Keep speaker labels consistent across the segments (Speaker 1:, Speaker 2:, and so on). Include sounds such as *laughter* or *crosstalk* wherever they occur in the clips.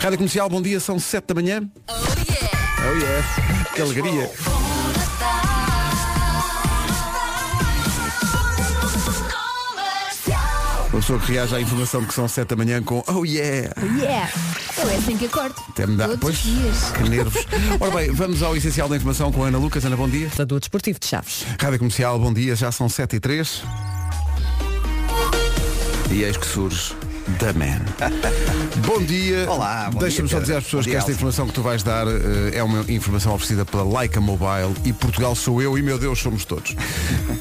Speaker 1: Rádio Comercial, bom dia, são 7 da manhã.
Speaker 2: Oh yeah.
Speaker 1: Oh yeah, que alegria. Uma pessoa que reage à informação de que são 7 da manhã com oh yeah.
Speaker 2: Yeah. Eu é assim que acordo.
Speaker 1: Até me dá.
Speaker 2: Todos
Speaker 1: Pois,
Speaker 2: os dias.
Speaker 1: que
Speaker 2: *laughs*
Speaker 1: nervos. Ora bem, vamos ao essencial da informação com a Ana Lucas. Ana, bom dia.
Speaker 3: do Desportivo de Chaves.
Speaker 1: Rádio Comercial, bom dia, já são 7 e 3 E eis que surge The Man. bom dia.
Speaker 4: Olá, bom
Speaker 1: Deixa-me
Speaker 4: dia,
Speaker 1: só dizer
Speaker 4: Pedro.
Speaker 1: às pessoas
Speaker 4: Bom
Speaker 1: que
Speaker 4: dia,
Speaker 1: esta
Speaker 4: Elsa.
Speaker 1: informação que tu vais dar eh, é uma informação oferecida pela Leica Mobile e Portugal sou eu e meu Deus
Speaker 4: *laughs*
Speaker 1: somos todos.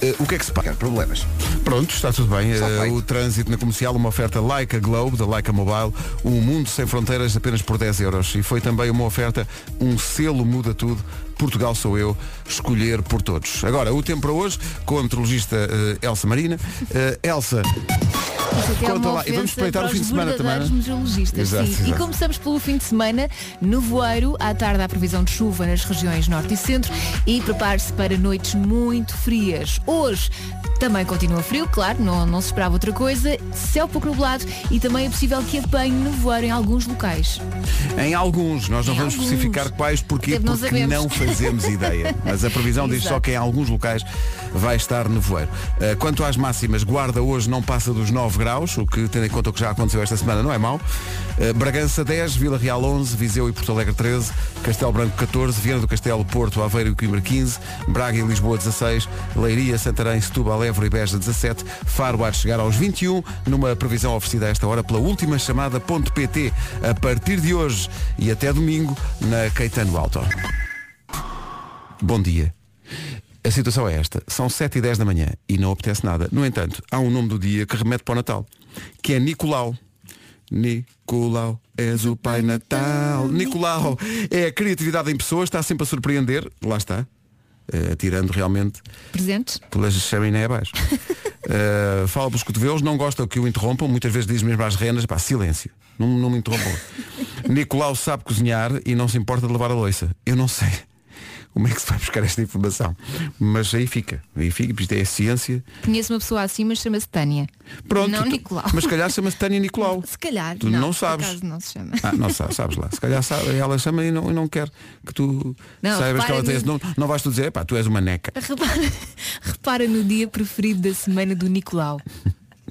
Speaker 1: Eh, o que é que se passa?
Speaker 4: Problemas.
Speaker 1: Pronto, está tudo bem. Eh,
Speaker 4: feito.
Speaker 1: o trânsito na comercial, uma oferta Leica Globe, da Leica Mobile, um mundo sem fronteiras apenas por 10 euros. E foi também uma oferta, um selo muda tudo. Portugal sou eu, escolher por todos. Agora, o tempo para hoje, com a meteorologista eh, Elsa Marina. Eh, Elsa,
Speaker 2: Isto aqui é
Speaker 1: Conta
Speaker 2: uma
Speaker 1: lá. E vamos
Speaker 2: ofensa
Speaker 1: espreitar o
Speaker 2: para
Speaker 1: fim de
Speaker 2: os
Speaker 1: semana também,
Speaker 2: verdadeiros
Speaker 1: não é?
Speaker 2: meteorologistas,
Speaker 1: Exato,
Speaker 2: sim. E
Speaker 1: exato.
Speaker 2: começamos pelo fim de semana, nevoeiro, à tarde há previsão de chuva nas regiões norte e centro e prepare-se para noites muito frias. Hoje também continua frio, claro, não, não se esperava outra coisa, céu pouco nublado e também é possível que apanhe nevoeiro em alguns locais.
Speaker 1: em alguns, nós não
Speaker 2: Em
Speaker 1: vamos
Speaker 2: alguns.
Speaker 1: especificar quais, porquê,
Speaker 2: Até não
Speaker 1: porque
Speaker 2: sabemos.
Speaker 1: não fazemos ideia. Mas a previsão diz só
Speaker 2: Exato.
Speaker 1: que em alguns locais vai estar nevoeiro. Eh, quanto às máximas, Guarda hoje não passa dos 9 graus, o que, tendo em conta o que já aconteceu esta semana, não é mau. Eh, Bragança 10, Vila Real 11, Viseu e Porto Alegre 13, Castelo Branco 14, Viana do Castelo, Porto, Aveiro e Coimbra 15, Braga e Lisboa 16, Leiria, Santarém, Setúbal, Évora e Beja 17, Faro há de chegar aos 21, numa previsão oferecida a esta hora pela última chamada.pt, a partir de hoje e até domingo, na Caetano Alto. Bom dia. A situação é esta. São 7 e 10 da manhã e não apetece nada. No entanto, há um nome do dia que remete para o Natal, que é Nicolau. Nicolau, és o Pai Natal. Nicolau é a criatividade em pessoas, está sempre a surpreender. Lá está. Eh, Atirando realmente
Speaker 2: Presentes?
Speaker 1: pelas chaminé
Speaker 2: *laughs*
Speaker 1: abaixo. Uh, é fala pelos cotovelos, não gosta que o interrompam, muitas vezes diz mesmo às renas, pá, silêncio, não, não me
Speaker 2: *laughs*
Speaker 1: interrompam. Nicolau sabe cozinhar e não se importa de lavar a loiça. Eu não sei *laughs* como é que se vai buscar esta informação, mas aí fica, aí fica, porque isto é ciência.
Speaker 2: Conheço uma pessoa assim, mas chama-se Tânia.
Speaker 1: Pronto,
Speaker 2: Não
Speaker 1: tu-
Speaker 2: Nicolau. *laughs*
Speaker 1: mas se calhar chama-se Tânia Nicolau.
Speaker 2: Se calhar.
Speaker 1: Tu não
Speaker 2: por
Speaker 1: sabes.
Speaker 2: acaso não se chama.
Speaker 1: Ah, não sabes, sabes lá. Se calhar sabe, ela chama e não, e não quer que tu
Speaker 2: Não,
Speaker 1: saibas que
Speaker 2: repara
Speaker 1: ela tem
Speaker 2: no-
Speaker 1: esse nome. Não vais tu dizer, pá, tu és uma neca.
Speaker 2: Repara, *laughs* repara no dia preferido da semana do Nicolau.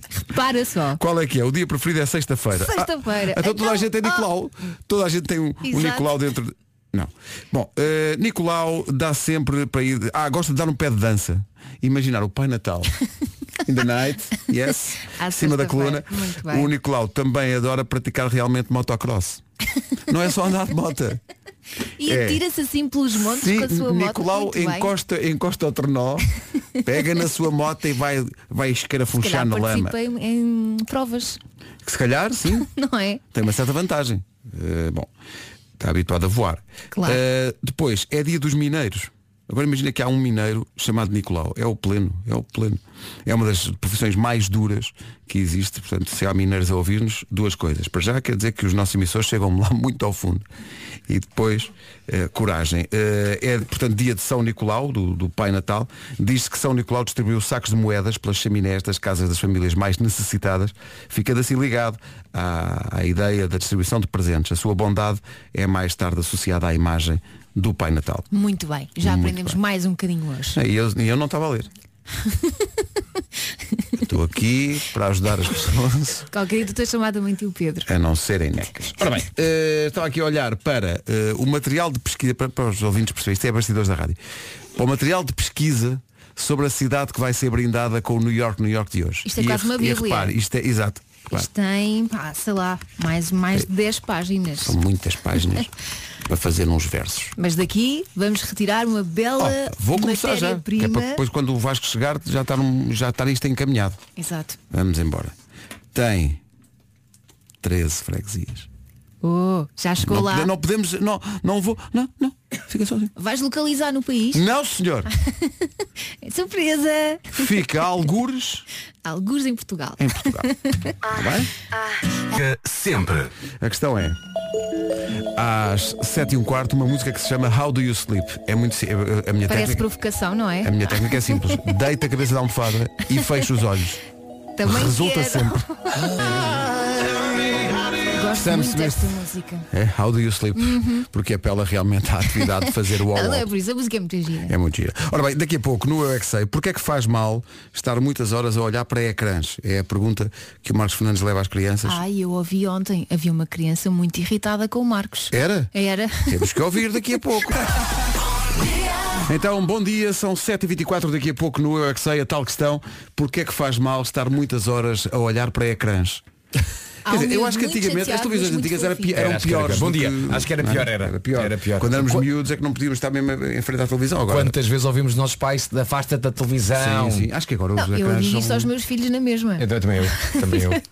Speaker 2: Repara só.
Speaker 1: Qual é que é? O dia preferido é sexta-feira.
Speaker 2: Sexta-feira.
Speaker 1: Ah, então, toda a
Speaker 2: Então,
Speaker 1: gente é
Speaker 2: ah.
Speaker 1: Nicolau. Toda a gente tem um, um
Speaker 2: Exato.
Speaker 1: Nicolau dentro de... Não. Bom, eh, Nicolau dá sempre para ir. Ah, gosta de dar um pé de dança. Imaginar o Pai Natal. In the night, yes.
Speaker 2: *laughs* À
Speaker 1: Em cima da coluna.
Speaker 2: sexta-feira. Muito bem.
Speaker 1: O Nicolau também adora praticar realmente
Speaker 2: *laughs*
Speaker 1: motocross. Não é só andar de moto.
Speaker 2: E
Speaker 1: É.
Speaker 2: atira-se assim pelos montes
Speaker 1: Sim,
Speaker 2: com a sua moto.
Speaker 1: Nicolau
Speaker 2: Muito bem.
Speaker 1: encosta, encosta ao
Speaker 2: *laughs*
Speaker 1: trenó, pega na sua moto e vai, vai
Speaker 2: Se
Speaker 1: escarafunchar
Speaker 2: calhar
Speaker 1: na lama.
Speaker 2: participei em provas,
Speaker 1: Se calhar, sim.
Speaker 2: não é?
Speaker 1: Tem uma certa vantagem. Eh, bom, está habituado a voar.
Speaker 2: Claro.
Speaker 1: Eh, depois, é dia dos mineiros. Agora imagina que há um mineiro chamado Nicolau. É o pleno, é o pleno. É uma das profissões mais duras que existe. Portanto, se há mineiros a ouvir-nos, duas coisas. Para já, quer dizer que os nossos emissores chegam lá *laughs* muito ao fundo. E depois, eh, coragem. Eh, é, portanto, dia de São Nicolau, do, do Pai Natal. Diz-se que São Nicolau distribuiu sacos de moedas pelas chaminés das casas das famílias mais necessitadas. Ficando assim ligado à, à ideia da distribuição de presentes. A sua bondade é mais tarde associada à imagem do Pai Natal.
Speaker 2: Muito bem. Já
Speaker 1: Muito
Speaker 2: aprendemos
Speaker 1: bem. É.
Speaker 2: mais um bocadinho hoje.
Speaker 1: E eu, e eu não estava a ler. Estou aqui para ajudar as pessoas
Speaker 2: Qualquer dia tu tens chamado também tio Pedro.
Speaker 1: a não serem necas. Ora bem, eh, estava aqui a olhar para eh, o material de pesquisa, para, para os ouvintes perceberem, isto é bastidores da rádio, para o material de pesquisa sobre a cidade que vai ser brindada com o New York, New York de hoje.
Speaker 2: Isto é
Speaker 1: E
Speaker 2: quase
Speaker 1: re-
Speaker 2: uma
Speaker 1: e
Speaker 2: bíblia.
Speaker 1: repare, isto é, exato. repare,
Speaker 2: Isto tem, pá, sei lá, mais, mais de 10 páginas.
Speaker 1: É. São muitas
Speaker 2: *laughs*
Speaker 1: páginas para fazer uns versos.
Speaker 2: Mas daqui vamos retirar Ah, uma bela
Speaker 1: Oh, vou começar já. que É
Speaker 2: matéria-prima.
Speaker 1: para depois quando o Vasco chegar já estar, um- já estar isto encaminhado.
Speaker 2: Exato.
Speaker 1: Vamos embora. Tem 13 freguesias.
Speaker 2: Oh, já chegou
Speaker 1: Não,
Speaker 2: lá.
Speaker 1: pode- não podemos, não, não vou. Não, não. Fica
Speaker 2: *laughs*
Speaker 1: sozinho.
Speaker 2: Vais localizar no país? É
Speaker 1: Não, senhor.
Speaker 2: Surpresa!
Speaker 1: Fica a algures
Speaker 2: Alguns em Portugal.
Speaker 1: em Portugal. Tá bem?
Speaker 4: Sempre.
Speaker 1: A questão é. Às 7 e um quarto, uma música que se chama How Do You Sleep. É muito si- a, a minha
Speaker 2: Parece
Speaker 1: técnica.
Speaker 2: provocação, não é?
Speaker 1: A minha técnica é simples. Deita a cabeça da almofada e fecha os olhos.
Speaker 2: Também
Speaker 1: Resulta
Speaker 2: quero.
Speaker 1: sempre.
Speaker 2: Gosto
Speaker 1: Sam
Speaker 2: muito
Speaker 1: Smith.
Speaker 2: desta música.
Speaker 1: É, How do you sleep? Porque apela realmente à atividade de fazer o
Speaker 2: Ela
Speaker 1: ao
Speaker 2: é por isso, a música é muito gira.
Speaker 1: É muito gira. Ora bem, daqui a pouco, no Eu é que sei, porque é que faz mal estar muitas horas a olhar para ecrãs? É a pergunta que o Marcos Fernandes leva às crianças.
Speaker 2: Ai, eu ouvi ontem, havia uma criança muito irritada com o Marcos.
Speaker 1: Era?
Speaker 2: Era.
Speaker 1: Temos que ouvir daqui a
Speaker 2: *laughs*
Speaker 1: pouco. Então, bom dia, são 7h24 daqui a pouco no Eu é que sei, a tal questão, porque é que faz mal estar muitas horas a olhar para ecrãs?
Speaker 2: Há
Speaker 1: Quer
Speaker 2: um
Speaker 1: dizer, eu
Speaker 2: miúdo
Speaker 1: acho que
Speaker 2: muito
Speaker 1: antigamente as
Speaker 2: chateado,
Speaker 1: televisões
Speaker 2: mas muito
Speaker 1: antigas eram, pi-
Speaker 2: fofinho.
Speaker 1: eram
Speaker 3: Era, acho que era
Speaker 1: piores.
Speaker 3: pior.
Speaker 1: do
Speaker 3: Bom dia. Acho que era
Speaker 1: não é?
Speaker 3: pior, era.
Speaker 1: Era pior.
Speaker 3: Era pior.
Speaker 1: Quando éramos
Speaker 3: Qu-
Speaker 1: miúdos é que não podíamos estar mesmo em frente à televisão agora.
Speaker 3: Quantas vezes ouvimos os nossos pais da afasta da televisão?
Speaker 1: Sim, sim. Acho que agora os
Speaker 2: Não, eu
Speaker 1: ecrãs
Speaker 2: ouvi
Speaker 1: são... É,
Speaker 2: isto aos meus filhos na mesma.
Speaker 3: Eu também eu. Também eu.
Speaker 2: *laughs*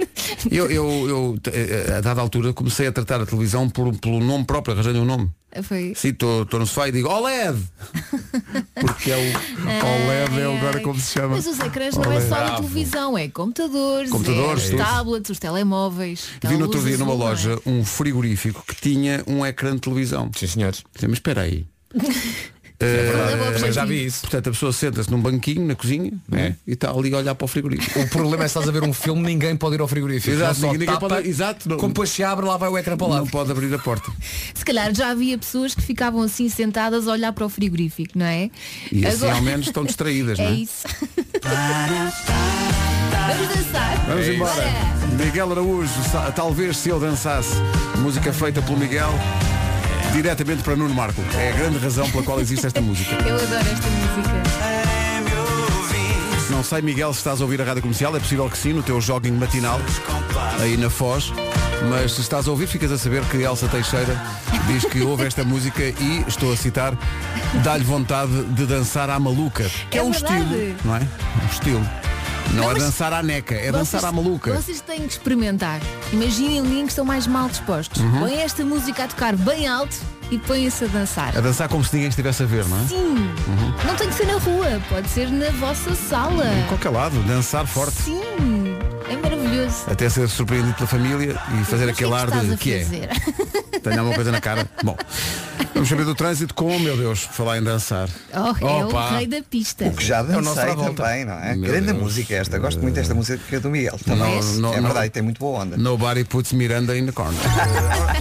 Speaker 1: Eu, eu, eu, t- eh, a dada altura, comecei a tratar a televisão por, pelo nome próprio, arranjei um nome.
Speaker 2: Foi.
Speaker 1: Sim, estou no sofá e digo OLED! Porque é
Speaker 3: *laughs*
Speaker 1: o OLED, é agora como se chama. Ah,
Speaker 2: Mas os ecrãs não é só da
Speaker 3: Bravo.
Speaker 2: televisão, é computadores,
Speaker 1: Computadores,
Speaker 2: é
Speaker 1: tudo.
Speaker 2: os tablets, os telemóveis. aquela
Speaker 1: Vi no outro
Speaker 2: luz
Speaker 1: dia numa
Speaker 2: azul, não é?
Speaker 1: loja um frigorífico que tinha um ecrã de televisão.
Speaker 3: *laughs* Sim, senhores.
Speaker 1: Dizia, Mas espera aí.
Speaker 2: Eu
Speaker 1: eh,
Speaker 2: vou
Speaker 3: Também já
Speaker 2: objetivo.
Speaker 3: vi isso. Uhum.
Speaker 1: Portanto, a pessoa senta-se num banquinho na cozinha não é? e está ali a olhar para o
Speaker 3: *laughs*
Speaker 1: frigorífico.
Speaker 3: O problema é se estás a ver um filme, ninguém pode ir ao frigorífico.
Speaker 1: Exato,
Speaker 3: Não só
Speaker 1: ninguém- ninguém
Speaker 3: tapa,
Speaker 1: pode- exato, não-
Speaker 3: Como depois se abre, lá vai o ecrã para lá.
Speaker 1: Não pode abrir a porta.
Speaker 2: Se calhar já havia pessoas que ficavam assim sentadas a olhar para o frigorífico, não é?
Speaker 1: E assim ao menos estão distraídas, não
Speaker 2: É
Speaker 1: é?
Speaker 2: isso. Vamos dançar.
Speaker 1: Vamos
Speaker 3: É isso.
Speaker 1: embora. Miguel Araújo, sa- talvez se eu dançasse. Música feita pelo Miguel, diretamente para Nuno Marco. É a grande razão pela qual existe esta música.
Speaker 2: Eu adoro esta música.
Speaker 1: Não sei, Miguel, se estás a ouvir a rádio comercial, é possível que sim, no teu joguinho matinal, aí na Foz. Mas se estás a ouvir, ficas a saber que Elsa Teixeira diz que ouve esta música e, estou a citar, dá-lhe vontade de dançar à maluca. Que é,
Speaker 2: É
Speaker 1: um
Speaker 2: verdade.
Speaker 1: estilo, não é? Um estilo. Não,
Speaker 2: Não,
Speaker 1: é
Speaker 2: mas
Speaker 1: dançar à neca, é dançar à maluca.
Speaker 2: Vocês têm que experimentar. Imaginem alguém que estão mais mal dispostos.
Speaker 1: Uhum.
Speaker 2: Põem esta música a tocar bem alto e põem-se a dançar.
Speaker 1: A É dançar como se ninguém estivesse a ver, não é?
Speaker 2: Sim. Não tem que ser na rua, pode ser na vossa sala.
Speaker 1: Em qualquer lado, dançar forte.
Speaker 2: Sim. É maravilhoso.
Speaker 1: Até ser surpreendido pela família e fazer
Speaker 2: Mas
Speaker 1: aquele
Speaker 2: o
Speaker 1: ar
Speaker 2: que é que
Speaker 1: de
Speaker 2: estás
Speaker 1: que
Speaker 2: a
Speaker 1: é.
Speaker 2: fazer? *laughs*
Speaker 1: Tenho alguma coisa na cara. Bom, vamos saber do trânsito com, meu Deus, falar em dançar.
Speaker 2: Oh, é
Speaker 3: Opa.
Speaker 2: o rei da pista.
Speaker 5: Que já
Speaker 3: É o nosso
Speaker 5: dancei
Speaker 3: à volta.
Speaker 5: também, não é?
Speaker 1: Meu
Speaker 5: Grande
Speaker 1: Deus.
Speaker 5: música esta, gosto muito desta música do Miguel. Também
Speaker 1: Não, não,
Speaker 5: é
Speaker 1: não.
Speaker 5: verdade, tem muito boa onda.
Speaker 1: Nobody puts Miranda in the corner.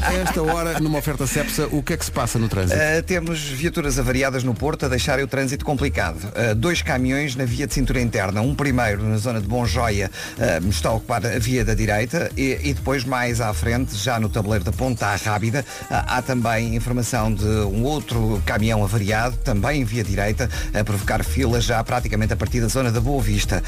Speaker 1: A esta hora, numa oferta Cepsa, o que é que se passa no trânsito?
Speaker 5: Uh, temos viaturas avariadas no Porto a deixarem o trânsito complicado. Uh, dois caminhões na via de cintura interna. Um primeiro na zona de Bonjoia uh, está a ocupar a via da direita e, e depois mais à frente, já no tabuleiro da Ponta à Rábida, uh, há também informação de um outro caminhão avariado, também em via direita, a provocar filas já praticamente a partir da zona da Boa Vista.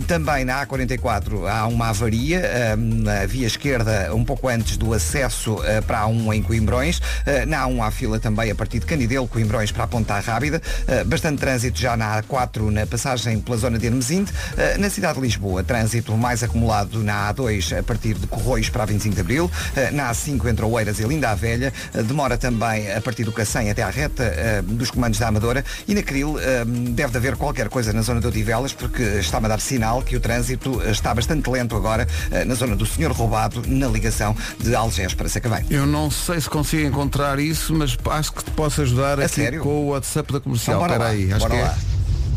Speaker 5: Uh, também na A44 há uma avaria uh, na via esquerda, um pouco antes do acesso uh, para a um em Coimbrões. Uh, na A1 há fila também a partir de Canidelo, Coimbrões para a Ponta Rábida. Uh, bastante trânsito já na A4 na passagem pela zona de Hermesinde. Uh, na cidade de Lisboa, trânsito mais acumulado na A2 a partir de Corroios para a 25 de Abril. Uh, na A5 entre Oeiras e Linda a Velha. Uh, demora também a partir do Cacém até à reta uh, dos comandos da Amadora. E na Cril uh, deve de haver qualquer coisa na zona de Odivelas porque está-me a dar sinal que o trânsito uh, está bastante lento agora uh, na zona do Senhor Roubado na ligação de Algés para Sacavém.
Speaker 1: Eu não sei se consigo encontrar isso, mas acho que te posso ajudar
Speaker 5: A
Speaker 1: aqui
Speaker 5: sério?
Speaker 1: com o WhatsApp da comercial.
Speaker 5: Então,
Speaker 1: Espera
Speaker 5: bora lá,
Speaker 1: aí, acho
Speaker 5: bora
Speaker 1: que é
Speaker 5: lá.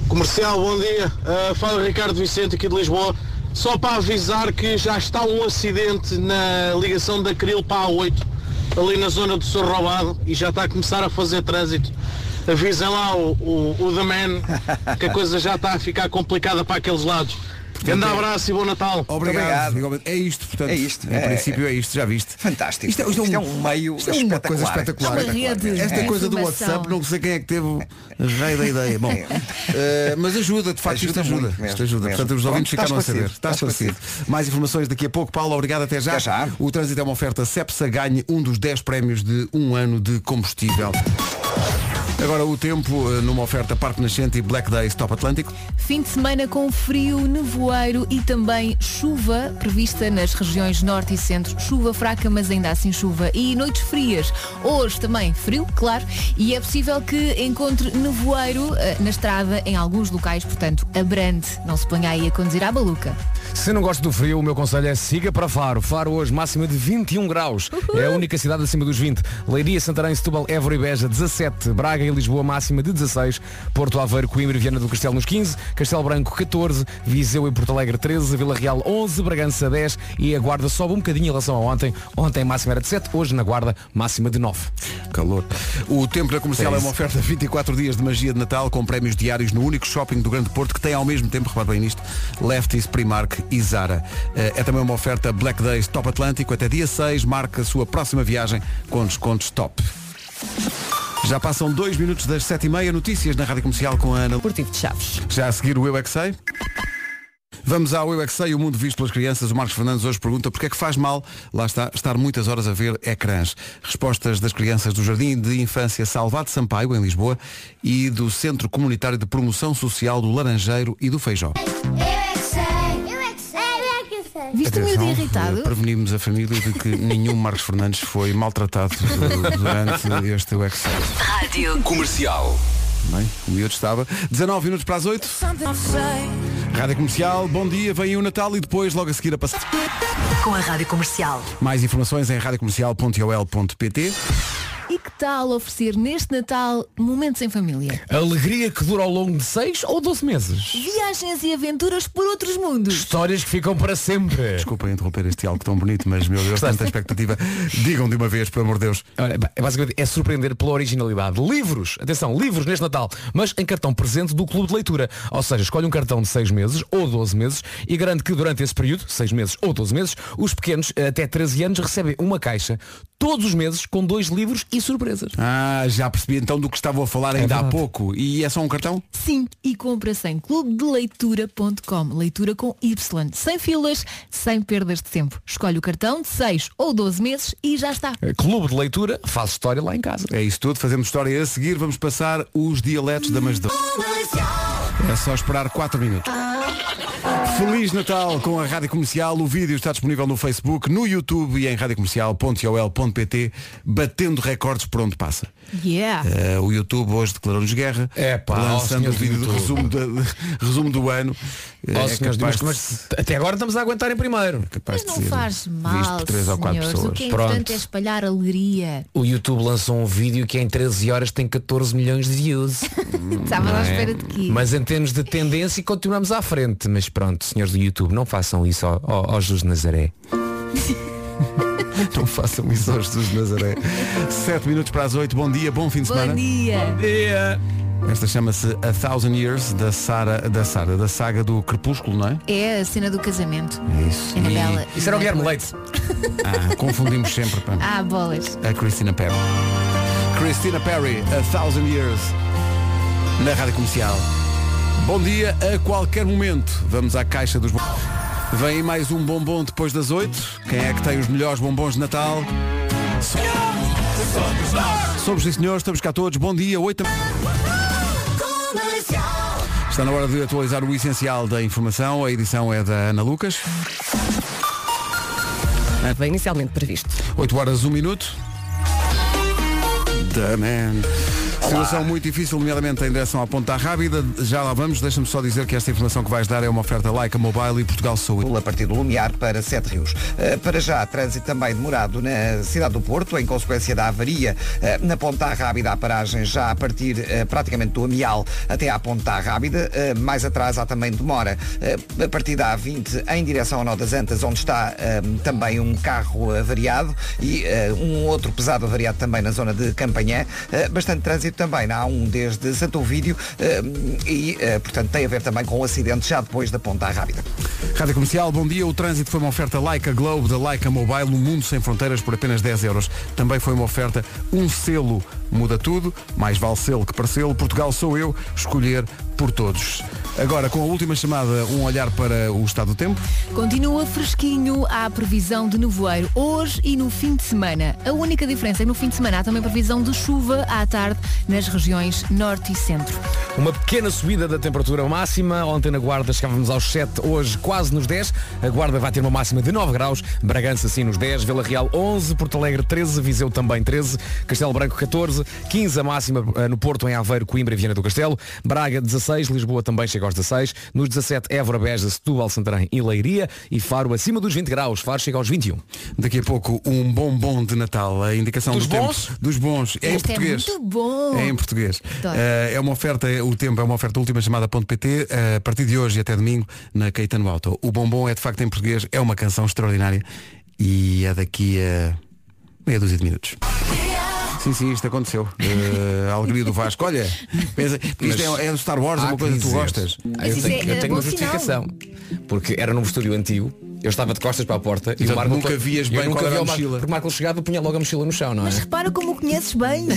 Speaker 6: Comercial, bom dia. Uh, fala Ricardo Vicente aqui de Lisboa. Só para avisar que já está um acidente na ligação da Cril para a 8, ali na zona do Sor Roubado, e já está a começar a fazer trânsito. Avisem lá o, o, o The Man que a coisa já está a ficar complicada para aqueles lados. Grande abraço e bom Natal.
Speaker 1: é. Obrigado.
Speaker 5: Obrigado.
Speaker 1: Igualmente. É isto, portanto.
Speaker 5: É isto,
Speaker 1: Em
Speaker 5: é-
Speaker 1: princípio é isto, já viste.
Speaker 5: Fantástico.
Speaker 1: Isto é, isto é um,
Speaker 5: Isto é um meio
Speaker 1: isto é uma coisa espetacular.
Speaker 5: espetacular.
Speaker 2: Uma rede.
Speaker 1: Esta
Speaker 2: É.
Speaker 1: coisa do
Speaker 2: Informação.
Speaker 1: WhatsApp, não sei quem é que teve o raio da ideia.
Speaker 5: *laughs*
Speaker 1: Bom, eh, mas ajuda, de facto,
Speaker 5: É. Ajuda
Speaker 1: isto ajuda.
Speaker 5: muito mesmo,
Speaker 1: isto ajuda.
Speaker 5: mesmo.
Speaker 1: Portanto, os ouvintes
Speaker 5: Pronto,
Speaker 1: ficaram a
Speaker 5: está
Speaker 1: saber. Está
Speaker 5: esclarecido, está
Speaker 1: esclarecido. Mais informações daqui a pouco. Paulo, obrigado. Até já.
Speaker 5: Até já.
Speaker 1: O trânsito é uma oferta Cepsa. Ganhe um dos 10 prémios de um ano de combustível. Agora o tempo eh, numa oferta Parque Nascente e Black Days Top Atlântico.
Speaker 2: Fim de semana com frio, nevoeiro e também chuva prevista nas regiões norte e centro. Chuva fraca, mas ainda assim chuva. E noites frias. Hoje também frio, claro. E é possível que encontre nevoeiro eh, na estrada em alguns locais. Portanto, abrande. Não se ponha aí a conduzir à baluca.
Speaker 3: Se não gosta do frio, o meu conselho é siga para Faro. Faro hoje máxima de 21 graus. É a única cidade acima dos 20. Leiria, Santarém, Setúbal, Évora e Beja 17. Braga e Lisboa máxima de 16. Porto Aveiro, Coimbra e Viana do Castelo nos 15. Castelo Branco 14. Viseu e Porto Alegre 13. Vila Real 11. Bragança 10. E a Guarda sobe um bocadinho em relação a ontem. Ontem a máxima era de 7. Hoje na Guarda máxima de 9.
Speaker 1: Calor. O tempo da comercial
Speaker 3: É
Speaker 1: é,
Speaker 3: isso.
Speaker 1: uma oferta de 24 dias de magia de Natal com prémios diários no único shopping do Grande Porto que tem ao mesmo tempo, repare bem nisto, Lefties, Primark e Zara. Eh, É também uma oferta Black Days Top Atlântico. Até dia 6 marca a sua próxima viagem com descontos top. Já passam dois minutos das 7h30, notícias na Rádio Comercial com a Ana.
Speaker 2: Desportivo de Chaves.
Speaker 1: Já a seguir o Eu É Que Sei. Vamos ao Eu É Que Sei, o mundo visto pelas crianças. O Marcos Fernandes hoje pergunta porque é que faz mal, lá está, estar muitas horas a ver ecrãs. Respostas das crianças do Jardim de Infância Salvado Sampaio, em Lisboa, e do Centro Comunitário de Promoção Social do Laranjeiro e do Feijó.
Speaker 2: Viste o miúdo
Speaker 1: Atenção, eh,
Speaker 2: irritado?
Speaker 1: Prevenimos a família de que nenhum Marcos Fernandes foi maltratado eh, durante este Eu É Que Sei.
Speaker 4: Comercial.
Speaker 1: Bem, o miúdo estava. 19 minutos para as 8. Rádio Comercial, bom dia, vem o Natal e depois logo a seguir a passar.
Speaker 7: Com a Rádio Comercial.
Speaker 1: Mais informações em radiocomercial.ol.pt
Speaker 2: E que tal oferecer neste Natal momentos em família?
Speaker 3: Alegria que dura ao longo de 6 ou 12 meses.
Speaker 2: Viagens e aventuras por outros mundos.
Speaker 3: Histórias que ficam para sempre.
Speaker 1: Desculpem interromper este diálogo tão bonito, mas meu Deus, tanta expectativa. Digam de uma vez, pelo amor de Deus.
Speaker 3: Olha, ba- basicamente é surpreender pela originalidade. Livros, atenção, livros neste Natal, mas em cartão presente do Clube de Leitura. Ou seja, escolhe um cartão de 6 meses ou 12 meses e garante que durante esse período, 6 meses ou 12 meses, os pequenos eh, até 13 anos recebem uma caixa todos os meses com dois livros e surpresas.
Speaker 1: Ah, já percebi então do que estavam a falar ainda há
Speaker 3: verdade.
Speaker 1: pouco. E é só um cartão?
Speaker 2: Sim, e compra-se em clubedeleitura.com. Leitura com Y. Sem filas, sem perdas de tempo. Escolhe o cartão de 6 ou 12 meses e já está.
Speaker 3: Eh, Clube de Leitura faz história lá em casa.
Speaker 1: É isso tudo, fazemos história a seguir, vamos passar os dialetos da Masdão. É só esperar 4 minutos. Feliz Natal com a Rádio Comercial. O vídeo está disponível no Facebook, no YouTube e em radiocomercial.ol.pt, batendo recordes por onde passa.
Speaker 2: Yeah!
Speaker 1: Eh, o YouTube hoje declarou-nos guerra.
Speaker 3: É pá,
Speaker 1: lançando o
Speaker 3: aos senhores do
Speaker 1: vídeo de
Speaker 3: YouTube.
Speaker 1: resumo, de- de- resumo do ano. Eh,
Speaker 3: Ó,
Speaker 1: é
Speaker 3: senhores,
Speaker 1: capaz
Speaker 3: mas-
Speaker 1: de- É
Speaker 3: mas até agora estamos a aguentar em primeiro.
Speaker 1: capaz
Speaker 2: Mas
Speaker 1: de
Speaker 2: não
Speaker 1: ser
Speaker 2: faz
Speaker 1: Visto
Speaker 2: mal,
Speaker 1: por 3 ou 4
Speaker 2: senhores. O
Speaker 1: pessoas.
Speaker 2: que é
Speaker 3: Pronto.
Speaker 2: importante é espalhar alegria.
Speaker 3: O YouTube lançou um vídeo que em 13 horas tem 14 milhões de views.
Speaker 2: *laughs* Estava
Speaker 3: Não
Speaker 2: à
Speaker 3: é?
Speaker 2: espera de quê?
Speaker 3: Mas em termos de tendência continuamos à frente. Mas pronto, senhores do YouTube, não façam isso ao, ao, ao Jesus de Nazaré.
Speaker 1: *laughs* Não façam isso aos Jesus de Nazaré. 7 minutos para as 8. Bom dia, bom fim de
Speaker 2: Bom
Speaker 1: semana.
Speaker 2: dia!
Speaker 1: Esta chama-se A Thousand Years da Sara, da Sara, da saga do Crepúsculo, não é?
Speaker 2: É a cena do casamento.
Speaker 1: É isso.
Speaker 2: Anabela.
Speaker 3: Isso era o Guilherme Leite.
Speaker 1: Ah, confundimos sempre. pá.
Speaker 2: Ah, bolas.
Speaker 1: A Christina Perry. Christina Perry, A Thousand Years, na Rádio Comercial. Bom dia, a qualquer momento. Vamos à caixa dos bombons. Vem aí mais um bombom depois das 8. Quem é que tem os melhores bombons de Natal? So- Somos sim senhores, estamos cá todos. Bom dia, 8. Está na hora de atualizar o essencial da informação. A edição é da Ana Lucas.
Speaker 8: Bem, inicialmente previsto.
Speaker 1: 8 horas, 1 minuto. Da man. Situação muito difícil, nomeadamente em direção à Ponta Rábida. Já lá vamos. Deixa-me só dizer que esta informação que vais dar é uma oferta Leica Mobile e Portugal Saúde.
Speaker 5: Setúbal, a partir do Lumiar para Sete Rios. Eh, Para já, trânsito também demorado na cidade do Porto, em consequência da avaria eh, na Ponta Rábida, à paragem já a partir eh, praticamente do Amial até à Ponta Rábida. Eh, Mais atrás há também demora eh, a partir da A20 em direção ao Nó das Antas, onde está eh, também um carro avariado e eh, um outro pesado avariado também na zona de Campanhã. Eh, Bastante trânsito também na A1 desde Santo Ovídio eh, e, eh, portanto, tem a ver também com o acidente já depois da Ponta Rábida.
Speaker 1: Rádio Comercial, bom dia. O trânsito foi uma oferta Leica Globe da Leica Mobile, um mundo sem fronteiras por apenas 10 euros. Também foi uma oferta Um Selo Muda Tudo, mais vale selo que parcelo. Portugal sou eu, escolher por todos. Agora, com a última chamada, um olhar para o estado do tempo.
Speaker 2: Continua fresquinho, há previsão de nevoeiro hoje e no fim de semana. A única diferença é que no fim de semana há também previsão de chuva à tarde nas regiões norte e centro.
Speaker 3: Uma pequena subida da temperatura máxima. Ontem na Guarda chegávamos aos 7, hoje quase nos 10. A Guarda vai ter uma máxima de 9 graus. Bragança, sim, nos 10. Vila Real, 11. Porto Alegre, 13. Viseu também, 13. Castelo Branco, 14. 15 a máxima eh, no Porto, em Aveiro, Coimbra e Viana do Castelo. Braga, 16. 16, Lisboa também chega aos 16, nos 17 Évora, Beja, Setúbal, Santarém e Leiria e Faro acima dos 20 graus, Faro chega aos 21.
Speaker 1: Daqui a pouco um bombom de Natal, a indicação
Speaker 3: Dos
Speaker 1: do tempo
Speaker 3: bons?
Speaker 1: dos bons. É em
Speaker 2: Este é
Speaker 1: português.
Speaker 2: muito bom.
Speaker 1: É em português.
Speaker 2: Adoro.
Speaker 1: Eh, é uma oferta, o tempo é uma oferta última chamada.pt, eh, a partir de hoje e até domingo, na Caetano Auto. O bombom é de facto em português, é uma canção extraordinária e é daqui a meia dúzia de minutos. Sim, sim, isto aconteceu. Eh, a alegria do Vasco. Olha, pensa, isto é, é do Star Wars, é
Speaker 3: Há
Speaker 1: uma
Speaker 3: que
Speaker 1: coisa que tu
Speaker 3: dizer.
Speaker 1: gostas.
Speaker 3: Ah, eu
Speaker 2: Mas
Speaker 3: tenho,
Speaker 2: isso é-
Speaker 3: eu
Speaker 2: é
Speaker 3: tenho
Speaker 2: bom
Speaker 3: uma justificação. Porque era num estúdio antigo, eu estava de costas para a porta e
Speaker 1: Portanto,
Speaker 3: o Marco.
Speaker 1: nunca vias bem
Speaker 3: eu nunca
Speaker 1: qual era
Speaker 3: via
Speaker 1: a
Speaker 3: o Marco,
Speaker 1: mochila.
Speaker 3: Porque o Marco chegava e punha logo a mochila no chão, não é?
Speaker 2: Mas repara como o conheces
Speaker 1: *laughs*
Speaker 2: bem.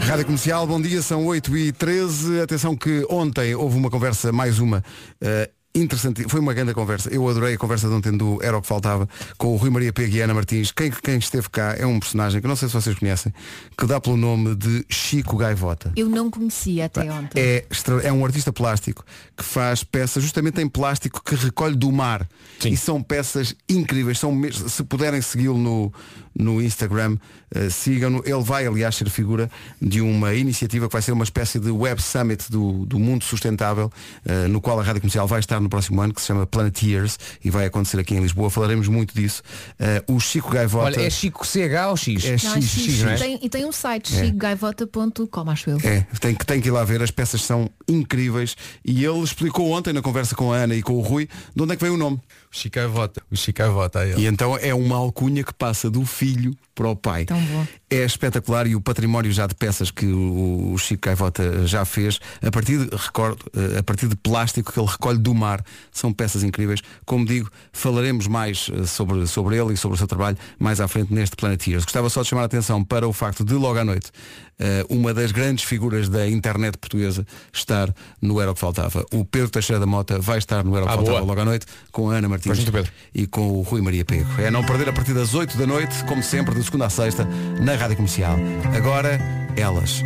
Speaker 1: Rádio Comercial, bom dia, são 8 e 13 Atenção que ontem houve uma conversa, mais uma, eh, interessante. Foi uma grande conversa. Eu adorei a conversa de ontem do Era o que Faltava, com o Rui Maria Pega e Ana Martins. Quem, quem esteve cá é um personagem que eu não sei se vocês conhecem, que dá pelo nome de Chico Gaivota.
Speaker 2: Eu não conhecia até ontem.
Speaker 1: É, extra- é um artista plástico que faz peças justamente em plástico que recolhe do mar. E são peças incríveis. São mes- se puderem segui-lo no, no Instagram, eh, sigam-no. Ele vai, aliás, ser figura de uma iniciativa que vai ser uma espécie de Web Summit do, do mundo sustentável, eh, no qual a Rádio Comercial vai estar no próximo ano, que se chama Planeteers, e vai acontecer aqui em Lisboa. Falaremos muito disso. Eh, o Chico Gaivota.
Speaker 3: Olha, é Chico CH ou X?
Speaker 1: é
Speaker 2: Não,
Speaker 1: X, X, não é?
Speaker 2: tem- E tem um site, chicogaivota.com, acho eu.
Speaker 1: É, tem que, tem que ir lá ver, as peças são incríveis e ele explicou ontem na conversa com a Ana e com o Rui de onde é que veio o nome.
Speaker 9: Chica vota. O Chica vota a ele.
Speaker 1: E então é uma alcunha que passa do filho para o pai.
Speaker 2: Tão bom.
Speaker 1: É espetacular e o património já de peças que o o Chico Caivota já fez, a partir, de, recordo, eh, a partir de plástico que ele recolhe do mar, são peças incríveis. Como digo, falaremos mais eh, sobre, sobre ele e sobre o seu trabalho mais à frente neste Planeteers. Gostava só de chamar a atenção para o facto de logo à noite eh, uma das grandes figuras da internet portuguesa estar no Era o que Faltava. O Pedro Teixeira da Mota vai estar no Era o que
Speaker 3: Ah,
Speaker 1: Faltava
Speaker 3: boa.
Speaker 1: logo à noite com a Ana Martins
Speaker 3: Faz muito, Pedro.
Speaker 1: e com o Rui Maria Pego. É não perder a partir das 8 da noite, como sempre, de segunda a sexta, na Rádio Comercial. Agora, elas.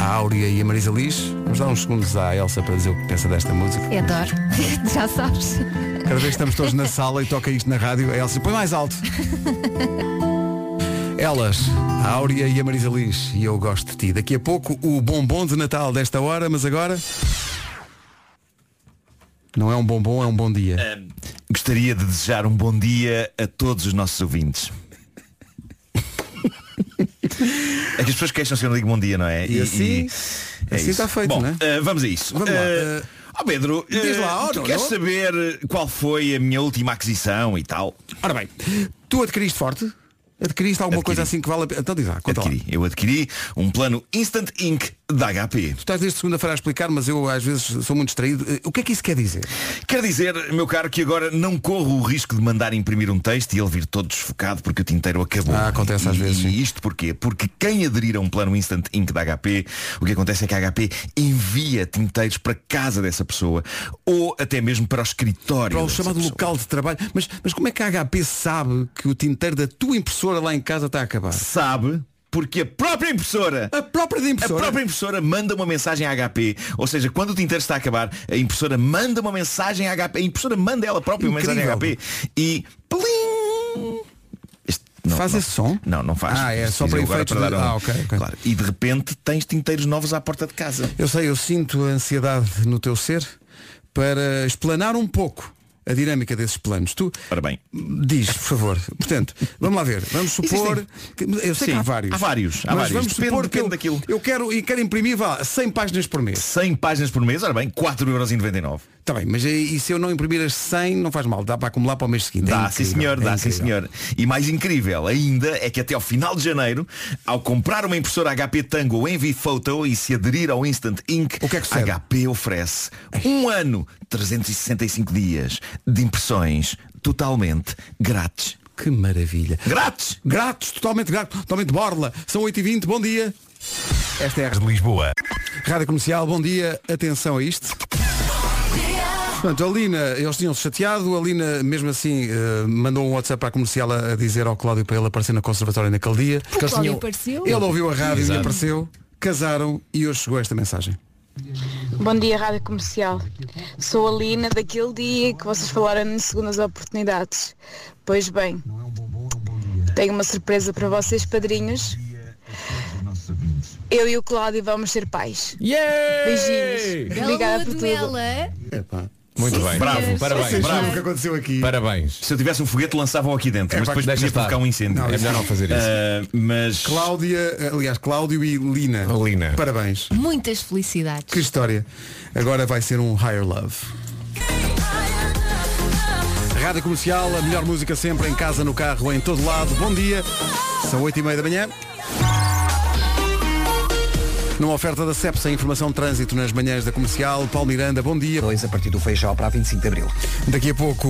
Speaker 1: A Áurea e a Marisa Liz. Vamos dar uns segundos à Elsa para dizer o que pensa desta música.
Speaker 2: É adoro. *laughs* Já sabes.
Speaker 1: Cada vez que estamos todos na sala e toca isto na rádio, a Elsa põe mais alto. Elas, a Áurea e a Marisa Liz. E eu gosto de ti. Daqui a pouco o bombom de Natal desta hora, mas agora. Não é um bombom, é um bom dia.
Speaker 9: Gostaria de desejar um bom dia a todos os nossos ouvintes. É que as pessoas queixam se eu não digo bom dia, não é?
Speaker 1: E assim- assim
Speaker 9: é isso.
Speaker 1: está feito,
Speaker 9: Bom,
Speaker 1: não é?
Speaker 9: eh, vamos a isso.
Speaker 1: Vamos lá,
Speaker 9: Eh, ó Pedro,
Speaker 1: diz
Speaker 9: eh,
Speaker 1: lá, ó,
Speaker 9: tu
Speaker 1: não,
Speaker 9: queres
Speaker 1: não?
Speaker 9: saber eh, qual foi a minha última aquisição e tal?
Speaker 1: Ora bem, tu adquiriste forte? Adquiriste alguma
Speaker 9: Adquiri.
Speaker 1: coisa assim que vale a pena? Então diz lá, conta lá.
Speaker 9: Adquiri.
Speaker 1: Tu
Speaker 9: Eu adquiri um plano Instant Ink da HP.
Speaker 1: estás desde segunda-feira a explicar, mas eu às vezes sou muito distraído. Eh, O que é que isso quer dizer?
Speaker 9: Quer dizer, meu caro, que agora não corro o risco de mandar imprimir um texto e ele vir todo desfocado porque o tinteiro acabou.
Speaker 1: Ah, acontece
Speaker 9: e,
Speaker 1: às vezes, sim.
Speaker 9: E isto porquê? Porque quem aderir a um plano Instant Ink da HP, o que acontece é que a HP envia tinteiros para casa dessa pessoa ou até mesmo para o escritório.
Speaker 1: Para o
Speaker 9: dessa
Speaker 1: chamado
Speaker 9: pessoa.
Speaker 1: local de trabalho. Mas, mas como é que a HP sabe que o tinteiro da tua impressora lá em casa está a acabar?
Speaker 9: Sabe porque a própria impressora
Speaker 1: A própria da
Speaker 9: A
Speaker 1: impressora.
Speaker 9: própria impressora manda uma mensagem à HP, ou seja, quando o tinteiro está a acabar, a impressora manda uma mensagem à HP, a impressora manda ela própria uma
Speaker 1: Incrível.
Speaker 9: mensagem à HP e plim! Este- não,
Speaker 1: Faz
Speaker 9: não.
Speaker 1: esse som?
Speaker 9: Não, não faz.
Speaker 1: Ah, é só
Speaker 9: Preciso
Speaker 1: para
Speaker 9: agora
Speaker 1: efeitos de-
Speaker 9: um-
Speaker 1: Ah, ok, ok.
Speaker 9: Claro. E de repente tens tinteiros novos à porta de casa.
Speaker 1: Eu sei, eu sinto a ansiedade no teu ser para explanar um pouco a dinâmica desses planos. Tu
Speaker 9: Ora bem.
Speaker 1: diz, por favor. Portanto, vamos lá ver. Vamos supor. que- eu sei que
Speaker 9: Sim,
Speaker 1: há vários.
Speaker 9: há vários, há
Speaker 1: mas
Speaker 9: vários.
Speaker 1: vamos
Speaker 9: Depende-
Speaker 1: supor que
Speaker 9: depende
Speaker 1: eu,
Speaker 9: daquilo.
Speaker 1: eu quero e quero imprimir vá, 100 páginas por mês.
Speaker 9: 100 páginas por mês, ora bem, 4,99€.
Speaker 1: Está bem, mas e e se eu não imprimir as 100, não faz mal, dá para acumular para o mês seguinte. É
Speaker 9: Dá, sim
Speaker 1: incrível,
Speaker 9: senhor,
Speaker 1: é
Speaker 9: dá, sim
Speaker 1: incrível.
Speaker 9: senhor. E mais incrível ainda é que até ao final de janeiro, ao comprar uma impressora HP Tango ou Envy Photo e se aderir ao Instant Ink,
Speaker 1: O que é que
Speaker 9: a
Speaker 1: sucede?
Speaker 9: HP oferece um ano, 365 dias de impressões totalmente grátis.
Speaker 1: Que maravilha.
Speaker 9: Grátis!
Speaker 1: Gratos, totalmente grato, totalmente borla. São 8h20, bom dia. Esta é a
Speaker 9: De Lisboa.
Speaker 1: Rádio Comercial, bom dia, atenção a isto. Portanto, a Lina, eles tinham-se chateado, a Lina mesmo assim eh, mandou um WhatsApp para a comercial a, a dizer ao Cláudio para ele aparecer na conservatória naquele dia.
Speaker 2: O Cláudio
Speaker 3: tinham-
Speaker 2: apareceu.
Speaker 1: Ele ouviu a rádio e
Speaker 3: Exato.
Speaker 1: apareceu, casaram e hoje chegou esta mensagem.
Speaker 10: Bom dia, Rádio Comercial. Sou a Lina daquele dia que vocês falaram em segundas oportunidades. Pois bem, tenho uma surpresa para vocês, padrinhos. eu e o Cláudio vamos ser pais.
Speaker 3: Yeah!
Speaker 1: É
Speaker 10: Beijinhos.
Speaker 2: Bela
Speaker 10: Obrigada
Speaker 2: lua
Speaker 10: por
Speaker 2: de
Speaker 10: tudo.
Speaker 2: mel, é?
Speaker 3: Muito
Speaker 2: Sim,
Speaker 3: bem.
Speaker 2: senhores.
Speaker 3: Bravo,
Speaker 2: Sim,
Speaker 3: parabéns.
Speaker 2: senhores.
Speaker 3: Bravo.
Speaker 2: O que
Speaker 1: aconteceu aqui?
Speaker 3: Parabéns.
Speaker 9: Se eu tivesse um foguete, lançava-o aqui dentro. mas
Speaker 1: É pá,
Speaker 9: depois
Speaker 3: deixa
Speaker 9: podia
Speaker 3: estar.
Speaker 9: provocar um incêndio.
Speaker 1: Não,
Speaker 3: É melhor não fazer
Speaker 1: Eh.
Speaker 3: isso.
Speaker 9: Ah, mas...
Speaker 1: Cláudia, eh, aliás, Cláudio e Lina.
Speaker 3: Lina.
Speaker 1: Parabéns.
Speaker 2: Muitas felicidades.
Speaker 1: Que história. Agora vai ser um Higher Love. Rádio Comercial, a melhor música sempre, em casa, no carro, em todo lado. Bom dia. São 8 e meia da manhã. Numa oferta da CEPSA, informação de trânsito nas manhãs da comercial. Paulo Miranda, bom dia.
Speaker 5: Dois a partir do Feijó para a 25 de Abril.
Speaker 1: Daqui a pouco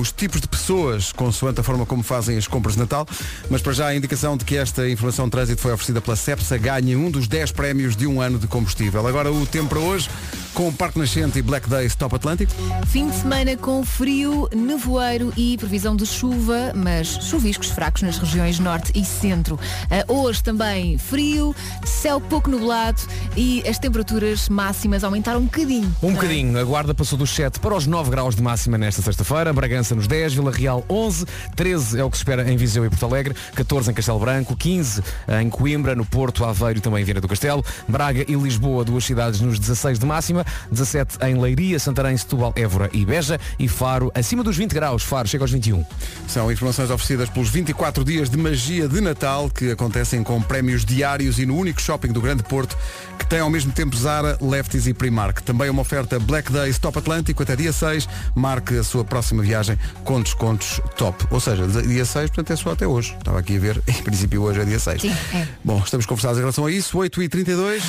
Speaker 1: os tipos de pessoas, consoante a forma como fazem as compras de Natal, mas para já a indicação de que esta informação de trânsito foi oferecida pela Cepsa ganha um dos 10 prémios de um ano de combustível. Agora o tempo para hoje, com o Parque Nascente e Black Days Top Atlântico.
Speaker 2: Fim de semana com frio, nevoeiro e previsão de chuva, mas chuviscos fracos nas regiões norte e centro. Ah, Hoje também frio, céu pouco nublado e as temperaturas máximas aumentaram um bocadinho.
Speaker 3: Um bocadinho, a guarda passou dos 7 para os 9 graus de máxima nesta sexta-feira, Bragança nos 10, Vila Real 11, 13 é o que se espera em Viseu e Porto Alegre, 14 em Castelo Branco, 15 em Coimbra, no Porto, Aveiro e também em Vieira do Castelo, Braga e Lisboa, duas cidades nos 16 de máxima, 17 em Leiria, Santarém, Setúbal, Évora e Beja e Faro acima dos 20 graus, Faro chega aos 21.
Speaker 1: São informações oferecidas pelos 24 dias de magia de Natal que acontecem com prémios diários e no único shopping do Grande Porto que tem ao mesmo tempo Zara, Lefties e Primark. Também uma oferta Black Days Top Atlântico até dia 6. Marque a sua próxima viagem com descontos top. Ou seja, dia 6, portanto é só até hoje. Estava aqui a ver, *laughs* em princípio hoje é dia 6.
Speaker 2: Sim, é.
Speaker 1: Bom, estamos conversados em relação a isso. 8h32.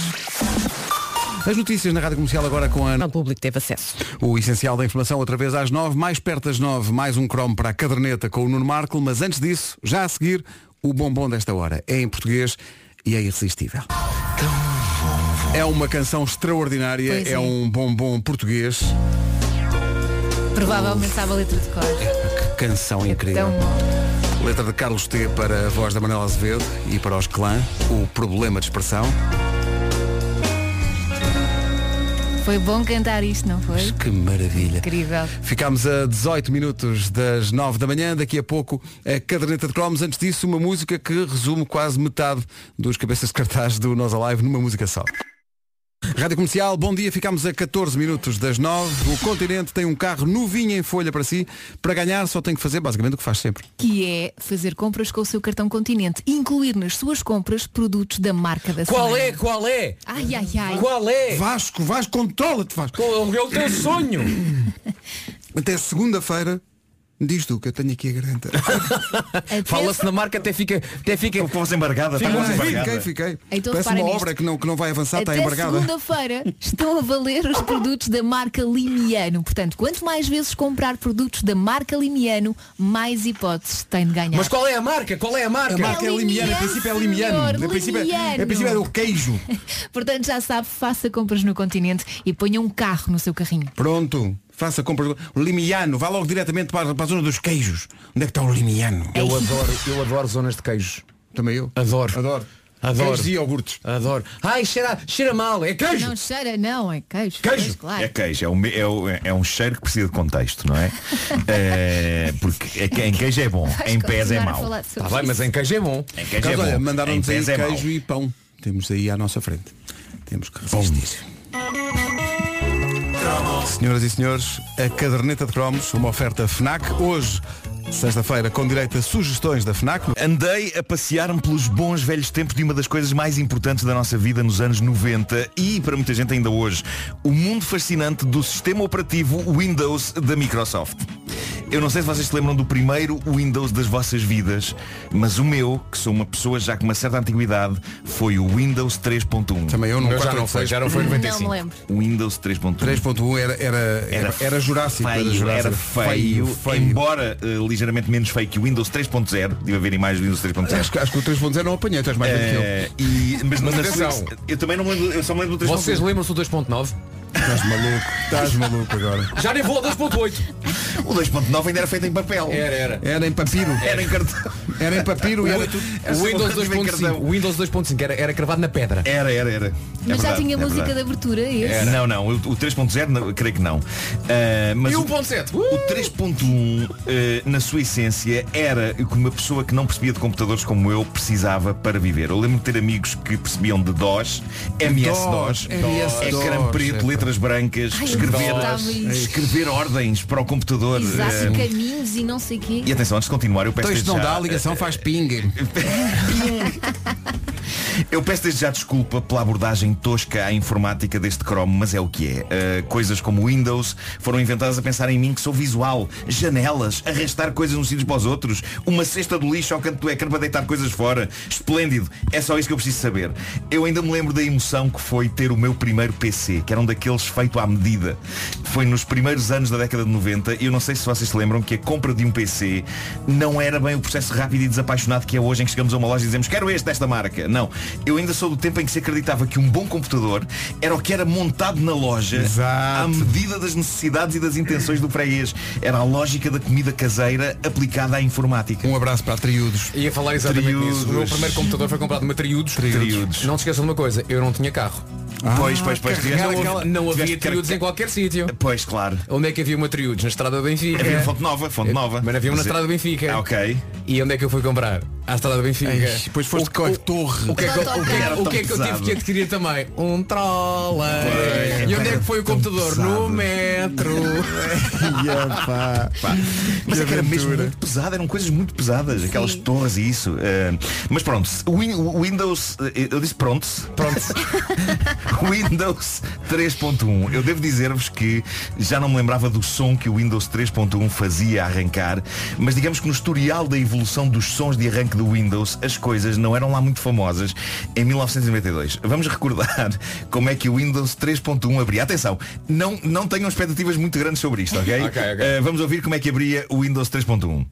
Speaker 1: As notícias na Rádio Comercial agora com a Ana.
Speaker 8: O público teve acesso.
Speaker 1: O essencial da informação outra vez às nove, mais perto das nove, mais um cromo para a caderneta com o Nuno Marco, mas antes disso, já a seguir, o bombom desta hora. É em português e é irresistível. É uma canção extraordinária,
Speaker 2: Pois
Speaker 1: é.
Speaker 2: é.
Speaker 1: um bombom português.
Speaker 2: Provavelmente sabe a letra de
Speaker 3: É.
Speaker 2: cor.
Speaker 1: Que canção incrível.
Speaker 2: Então,
Speaker 1: Letra de Carlos T para a voz da Manuela Azevedo e para os clã, o problema de expressão.
Speaker 2: foi bom cantar isto, não foi?
Speaker 1: Que maravilha.
Speaker 2: Incrível.
Speaker 1: Ficámos a 18 minutos das 9 da manhã, daqui a pouco a caderneta de cromos, antes disso uma música que resume quase metade dos cabeças de cartaz do Nós Alive numa música só. Rádio Comercial, bom dia, ficámos a 14 minutos das 9. O Continente tem um carro novinho em folha para si. Para ganhar só tem que fazer basicamente o que faz sempre.
Speaker 2: Que é fazer compras com o seu cartão Continente, incluir nas suas compras produtos da marca da
Speaker 3: Qual
Speaker 2: semana.
Speaker 3: é, qual é?
Speaker 2: Ai, ai, ai.
Speaker 3: Qual é?
Speaker 1: Vasco, Vasco, controla-te, Vasco.
Speaker 3: Qual é o teu sonho?
Speaker 1: Até segunda-feira, diz tu que eu tenho aqui a garanta.
Speaker 2: Até-
Speaker 3: *laughs* Fala-se na marca até fica, até fica
Speaker 9: Com voz embargada, está com voz
Speaker 1: fiquei,
Speaker 9: embargada.
Speaker 1: fiquei.
Speaker 2: Então
Speaker 1: Parece
Speaker 2: reparem
Speaker 1: uma
Speaker 2: nisto.
Speaker 1: obra que não, que não vai
Speaker 9: Tá,
Speaker 1: avançar, está
Speaker 2: Até
Speaker 1: embargada.
Speaker 2: segunda-feira estão a valer os produtos da marca Limiano. Portanto, quanto mais vezes comprar produtos da marca Limiano, mais hipóteses tem de ganhar.
Speaker 3: Mas qual é a marca? Qual é a marca?
Speaker 1: A marca é,
Speaker 2: É
Speaker 1: limiano, em
Speaker 2: limiano,
Speaker 1: princípio é limiano.
Speaker 2: senhor,
Speaker 1: Em princípio, é,
Speaker 2: limiano.
Speaker 1: em princípio é o queijo.
Speaker 2: Portanto, já sabe, faça compras no continente e ponha um carro no seu carrinho.
Speaker 1: Pronto, faça compras. O limiano, vá logo diretamente para, para a zona dos queijos. Onde é que está o limiano?
Speaker 3: Eu adoro, eu adoro zonas de queijos.
Speaker 1: Também eu.
Speaker 3: Adoro.
Speaker 1: Adoro.
Speaker 3: Adoro.
Speaker 1: Queijos e iogurtes.
Speaker 3: Adoro. Ai, cheira, cheira mal. É queijo.
Speaker 2: Não cheira, não, é queijo.
Speaker 3: Queijo?
Speaker 2: Pois, claro.
Speaker 9: É queijo, é um, é, um- é um cheiro que precisa de contexto,
Speaker 2: *laughs*
Speaker 9: não é? É, porque é que- em queijo é bom, em pés é
Speaker 2: Continuar a
Speaker 9: mau.
Speaker 2: falar sobre
Speaker 3: Tá bem, mas
Speaker 2: isso.
Speaker 3: em queijo é bom.
Speaker 9: Em
Speaker 1: Por
Speaker 9: queijo é
Speaker 1: causa, olha,
Speaker 9: bom, em
Speaker 1: mandaram-nos aí
Speaker 9: pés é mau.
Speaker 1: queijo e pão. Temos aí à nossa frente. Temos que resistir. Senhoras e senhores, a caderneta de cromos, uma oferta FNAC. Hoje, sexta-feira, com direito a sugestões da FNAC.
Speaker 9: Andei a passear-me pelos bons velhos tempos de uma das coisas mais importantes da nossa vida nos anos 90 e, para muita gente ainda hoje, o mundo fascinante do sistema operativo Windows da Microsoft. Eu não sei se vocês se lembram do primeiro Windows das vossas vidas, mas o meu, que sou uma pessoa já com uma certa antiguidade, foi o Windows 3.1.
Speaker 1: Também eu, não
Speaker 3: já não foi, já não foi
Speaker 2: Não
Speaker 3: 95.
Speaker 2: me lembro.
Speaker 9: Windows 3.1.
Speaker 1: 3.1 era, era, era, era Jurássico.
Speaker 9: feio,
Speaker 1: era, Jurássico.
Speaker 9: era feio, embora eh, ligeiramente menos feio que o Windows 3.0, deve haver imagens do Windows 3.0.
Speaker 1: Acho, que- acho que o 3.0 não apanhei, tu és mais velho que eu.
Speaker 9: Eh, É, e, mas, mas
Speaker 3: Atenção.
Speaker 9: eu também não me lembro, eu só me lembro do 3.0.
Speaker 3: Vocês lembram-se do 2.9?
Speaker 1: Estás maluco, estás maluco agora.
Speaker 3: Já nem vou a 2.8.
Speaker 9: O 2.9 ainda era feito em papel.
Speaker 3: *laughs* Era, era.
Speaker 1: Era em papiro.
Speaker 9: Era em cartão.
Speaker 1: Era em papiro e era.
Speaker 3: O Windows 2.5. O Windows 2.5 era, era cravado na pedra.
Speaker 9: Era, era, era. É
Speaker 2: Mas já
Speaker 9: verdade,
Speaker 2: tinha
Speaker 9: é
Speaker 2: música de
Speaker 9: verdade.
Speaker 2: abertura esse?
Speaker 9: Era. Não, não, o o 3.0 não, creio que não. Ah, mas
Speaker 3: E
Speaker 9: o-
Speaker 3: 1.7.
Speaker 9: O 3.1, eh, na sua essência, era o que uma pessoa que não percebia de computadores como eu precisava para viver. Eu lembro de ter amigos que percebiam de DOS, MS-DOS,
Speaker 1: MS-DOS,
Speaker 9: ecrã é preto,
Speaker 1: epá.
Speaker 9: letras brancas,
Speaker 2: Ai, eu
Speaker 9: escrever,
Speaker 2: detestava isso.
Speaker 9: escrever ordens para o computador.
Speaker 2: Exato,
Speaker 9: eh,
Speaker 2: caminhos e não sei quê.
Speaker 9: e atenção, antes de continuar, eu peço
Speaker 1: Então isto
Speaker 9: desde
Speaker 1: não
Speaker 9: já,
Speaker 1: dá, a
Speaker 9: eh,
Speaker 1: ligação faz ping.
Speaker 9: Eu peço desde já desculpa pela abordagem tosca à informática deste Chrome, mas é o que é. Uh, coisas como Windows foram inventadas a pensar em mim que sou visual, janelas, arrastar coisas uns sítios para os outros, uma cesta do lixo ao canto do ecrã para deitar coisas fora. Esplêndido, é só isso que eu preciso saber. Eu ainda me lembro da emoção que foi ter o meu primeiro PC, que era um daqueles feito à medida. Foi nos primeiros anos da década de 90 e eu não sei se vocês se lembram que a compra de um PC não era bem o processo rápido e desapaixonado que é hoje em que chegamos a uma loja e dizemos quero este desta marca. Não. Eu ainda sou do tempo em que se acreditava que um bom computador era o que era montado na loja
Speaker 1: Exato.
Speaker 9: à medida das necessidades e das intenções do freguês. Era a lógica da comida caseira aplicada à informática.
Speaker 1: Um abraço para a Triudos.
Speaker 3: Ia falar exatamente
Speaker 9: Triudos.
Speaker 3: nisso. O meu primeiro computador foi comprado numa Triudos.
Speaker 9: Triudos.
Speaker 3: Não te esqueças de uma coisa, eu não tinha carro.
Speaker 9: pois, pois, pois.
Speaker 1: carregar Não
Speaker 9: tiveste-
Speaker 3: Não, Ah, não
Speaker 9: tiveste
Speaker 3: havia
Speaker 9: que-
Speaker 3: Triudos em qualquer sítio.
Speaker 9: Pois, claro.
Speaker 3: Onde é que havia uma Triudos? Na estrada de Benfica.
Speaker 9: É Havia fonte nova, fonte nova.
Speaker 3: É. Mas havia uma na
Speaker 9: Mas é-
Speaker 3: estrada do Benfica.
Speaker 9: Ah, ok.
Speaker 3: E onde é que eu fui comprar? À estrada do Benfica.
Speaker 1: Ai, depois foste
Speaker 3: O-
Speaker 1: com a
Speaker 3: o-
Speaker 1: torre.
Speaker 3: O que é que, eu- o que é que-
Speaker 9: Era tão
Speaker 3: o que é que eu tive
Speaker 9: pesado.
Speaker 3: que adquirir também? Um troller.
Speaker 9: Pois,
Speaker 3: E onde é
Speaker 9: era
Speaker 3: que foi o
Speaker 9: tão
Speaker 3: computador? No
Speaker 9: pesado.
Speaker 3: metro.
Speaker 1: Pá.
Speaker 9: Mas é que era mesmo
Speaker 1: aventura.
Speaker 9: muito pesado, eram coisas muito pesadas, aquelas torres e isso. Eh, mas pronto, o Win- o Windows, eh, eu disse pronto,
Speaker 3: Pronto.
Speaker 9: *laughs* Windows 3.1. Eu devo dizer-vos que já não me lembrava do som que o Windows 3.1 fazia a arrancar, mas digamos que no historial da evolução dos sons de arranque do Windows, as coisas não eram lá muito famosas em 1992. Vamos recordar *laughs* como é que o Windows 3.1 abria. Atenção, não, não tenham expectativas muito grandes sobre isto, ok?
Speaker 3: *laughs* Ok, ok.
Speaker 9: Eh, vamos ouvir como é que abria o Windows 3.1.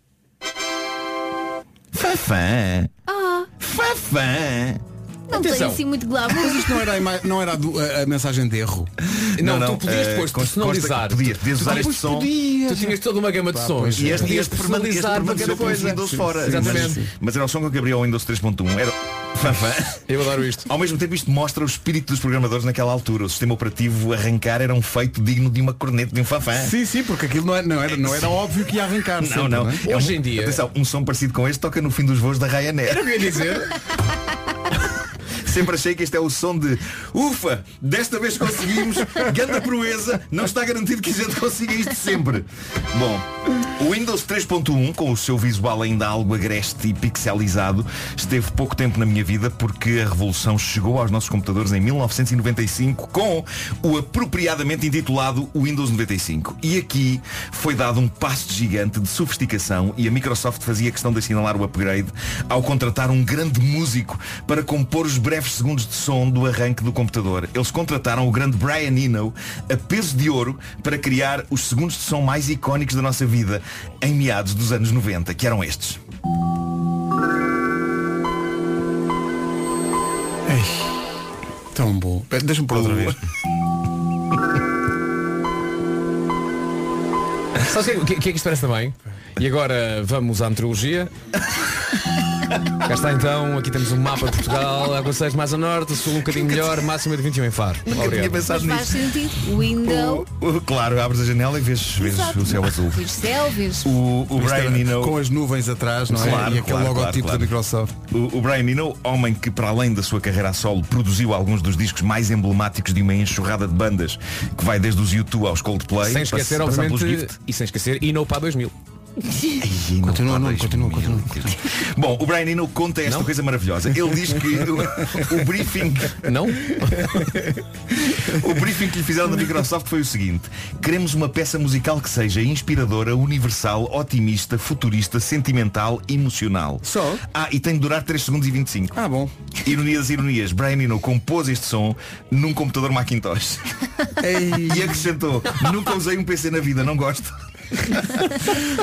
Speaker 9: Fafã! Fafã!
Speaker 2: Não tem
Speaker 3: Atenção.
Speaker 2: assim muito glamour.
Speaker 1: Mas isto não era, a, ima- não era a, do- a- a mensagem de erro.
Speaker 3: *laughs* Não,
Speaker 9: Não, não,
Speaker 3: tu podias
Speaker 9: eh,
Speaker 3: depois
Speaker 9: consta-
Speaker 3: personalizar.
Speaker 9: consta que podias, podias
Speaker 3: Tu-
Speaker 9: usar
Speaker 3: tu-
Speaker 9: este
Speaker 3: depois
Speaker 9: som.
Speaker 3: podias. é. Tu tinhas toda uma gama de sons.
Speaker 9: E este,
Speaker 3: Podias
Speaker 9: este, permane este
Speaker 3: personalizar para cada
Speaker 9: permaneceu com os
Speaker 3: coisa.
Speaker 9: Windows fora.
Speaker 3: um Exatamente.
Speaker 9: Mas, mas era o som que eu abria ao Windows 3.1. Era fanfã.
Speaker 3: Eu adoro
Speaker 9: *laughs*
Speaker 3: isto.
Speaker 9: Ao mesmo tempo isto mostra o espírito dos programadores naquela altura. O sistema operativo arrancar era um feito digno de uma corneta, de um fanfã.
Speaker 1: Sim, sim, porque aquilo não era, não era, não era óbvio que ia arrancar.
Speaker 9: Não,
Speaker 1: sempre,
Speaker 9: não.
Speaker 1: é?
Speaker 9: É um-
Speaker 3: Hoje em dia-
Speaker 9: Atenção, um som parecido com este toca no fim dos voos da Ryanair.
Speaker 3: Era o que eu ia dizer.
Speaker 9: Sempre achei que este é o som de Ufa, desta vez conseguimos Ganda proeza, não está garantido que a gente consiga isto sempre Bom, o Windows 3.1 Com o seu visual ainda algo agreste e pixelizado Esteve pouco tempo na minha vida Porque a revolução chegou aos nossos computadores Em 1995 Com o apropriadamente intitulado Windows 95 E aqui foi dado um passo gigante de sofisticação E a Microsoft fazia questão de assinalar o upgrade Ao contratar um grande músico Para compor os breves segundos de som do arranque do computador. Eles contrataram o grande Brian Eno a peso de ouro para criar os segundos de som mais icónicos da nossa vida em meados dos anos 90, que eram estes.
Speaker 1: Tão bom. Espera, Deixa-me por outra vez.
Speaker 3: Sabes o que, o que- o que é que isto parece também? E agora vamos à meteorologia. Cá está então, aqui temos um mapa de Portugal, Aguaceiros mais a norte, sul um bocadinho melhor, máxima de 21 em Faro.
Speaker 9: tinha
Speaker 3: Obrigado.
Speaker 9: pensado
Speaker 2: Faz
Speaker 9: nisso.
Speaker 2: sentido. Window,
Speaker 9: O- o- claro, abres a janela e vês, vês
Speaker 2: Exato.
Speaker 9: o céu é azul.
Speaker 2: vês céu, vês
Speaker 9: O, o
Speaker 1: Isto era
Speaker 9: Brian Eno
Speaker 1: Com as nuvens atrás, não é?
Speaker 9: Claro,
Speaker 1: e aquele
Speaker 9: claro,
Speaker 1: logotipo
Speaker 9: claro, claro.
Speaker 1: da Microsoft.
Speaker 9: O, o Brian Eno, homem que para além da sua carreira a solo produziu alguns dos discos mais emblemáticos de uma enxurrada de bandas que vai desde os U2 aos Coldplay,
Speaker 3: Sem esquecer,
Speaker 9: pass- passando pelos
Speaker 3: obviamente,
Speaker 9: Gift.
Speaker 3: e sem esquecer, e no para 2000.
Speaker 9: Ai, não
Speaker 1: Continua,
Speaker 9: pá,
Speaker 1: Nuno,
Speaker 9: dois
Speaker 1: continua,
Speaker 9: mil.
Speaker 1: continua.
Speaker 9: Bom, o Brian Eno conta esta coisa maravilhosa. Ele diz que
Speaker 1: *laughs*
Speaker 9: o, o briefing
Speaker 3: *laughs* Não? Então,
Speaker 9: o briefing que lhe fizeram da Microsoft foi o seguinte Queremos uma peça musical que seja inspiradora, universal, otimista, futurista, sentimental, emocional
Speaker 1: Só?
Speaker 9: Ah, e tem de durar 3 segundos e 25
Speaker 1: Ah,
Speaker 9: *laughs*
Speaker 1: bom.
Speaker 9: Ironias, ironias, Brian Eno compôs este som num computador Macintosh
Speaker 1: Ei,
Speaker 9: E acrescentou Nunca usei um PC na vida, não gosto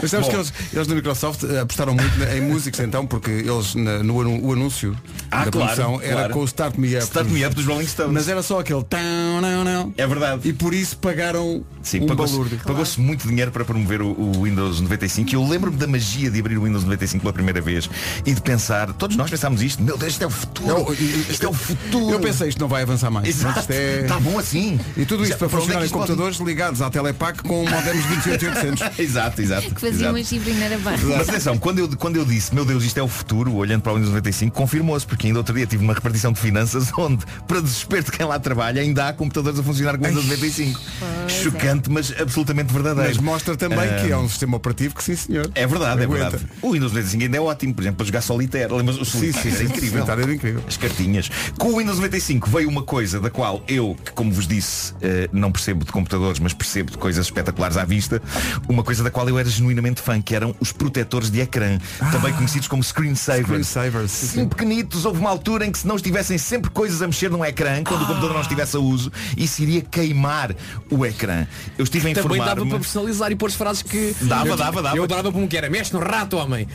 Speaker 1: Mas sabes
Speaker 11: Bom.
Speaker 1: que eles, eles na Microsoft eh, apostaram muito na- em músicos então, porque eles na- no anu- o anúncio
Speaker 9: Ah,
Speaker 1: da
Speaker 9: claro,
Speaker 1: promoção era
Speaker 9: claro.
Speaker 1: com o Start Me Up.
Speaker 9: Start Me Up dos Rolling Stones.
Speaker 1: Mas era só aquele tão, não, não.
Speaker 9: É verdade.
Speaker 1: E por isso pagaram
Speaker 9: Sim,
Speaker 1: um
Speaker 9: pagou-se
Speaker 1: balúrdio.
Speaker 9: pagou-se muito dinheiro para promover o, o Windows 95 e eu lembro-me da magia de abrir o Windows 95 pela primeira vez e de pensar, todos nós pensámos isto, meu Deus, isto é o futuro, isto é o futuro.
Speaker 1: Eu pensei, isto não vai avançar mais.
Speaker 9: Exato.
Speaker 1: Isto é-
Speaker 9: Tá bom assim.
Speaker 1: E tudo isto
Speaker 9: Já-
Speaker 1: para
Speaker 9: para onde
Speaker 1: funcionar
Speaker 9: é que
Speaker 1: em
Speaker 9: isto *laughs*
Speaker 1: computadores ligados à Telepac com modems 28800.
Speaker 9: exato, exato.
Speaker 2: É Que fazia
Speaker 9: exato.
Speaker 2: uma chibrinha na barra.
Speaker 9: Mas atenção, quando eu, quando eu disse, meu Deus, isto é o futuro, olhando para o Windows 95, confirmou-se, porque ainda outro dia tive uma repartição de finanças *laughs* onde, para desespero de quem lá trabalha, ainda há computadores a funcionar com o Windows 95.
Speaker 1: Pois é.
Speaker 9: Chocante, mas absolutamente verdadeiro.
Speaker 1: Mas mostra também
Speaker 9: Ah,
Speaker 1: que é um sistema operativo que sim senhor.
Speaker 9: É verdade,
Speaker 1: Aguenta.
Speaker 9: é verdade. O Windows 95 ainda é ótimo, por exemplo, para jogar solitário. Lembras o
Speaker 1: Sim,
Speaker 9: solitário?
Speaker 1: sim,
Speaker 9: era
Speaker 1: sim,
Speaker 9: incrível.
Speaker 1: solitário era incrível.
Speaker 9: As cartinhas. Com o Windows 95 veio uma coisa da qual eu, que como vos disse, eh, não percebo de computadores, mas percebo de coisas espetaculares à vista, uma coisa da qual eu era genuinamente fã, que eram os protetores de ecrã, também conhecidos como screensavers.
Speaker 1: Screensavers, Ah. sim,
Speaker 9: Sim, pequenitos, houve uma altura em que se não estivessem sempre coisas a mexer num ecrã,
Speaker 1: Ah.
Speaker 9: quando o computador não estivesse a uso, isso iria queimar o ecrã. Eu estive a
Speaker 3: Também
Speaker 9: informar
Speaker 3: dava para personalizar e pôr as frases que.
Speaker 9: Dava,
Speaker 3: eu,
Speaker 9: dava, dava.
Speaker 3: Eu dava como que era. Mexe no rato, homem.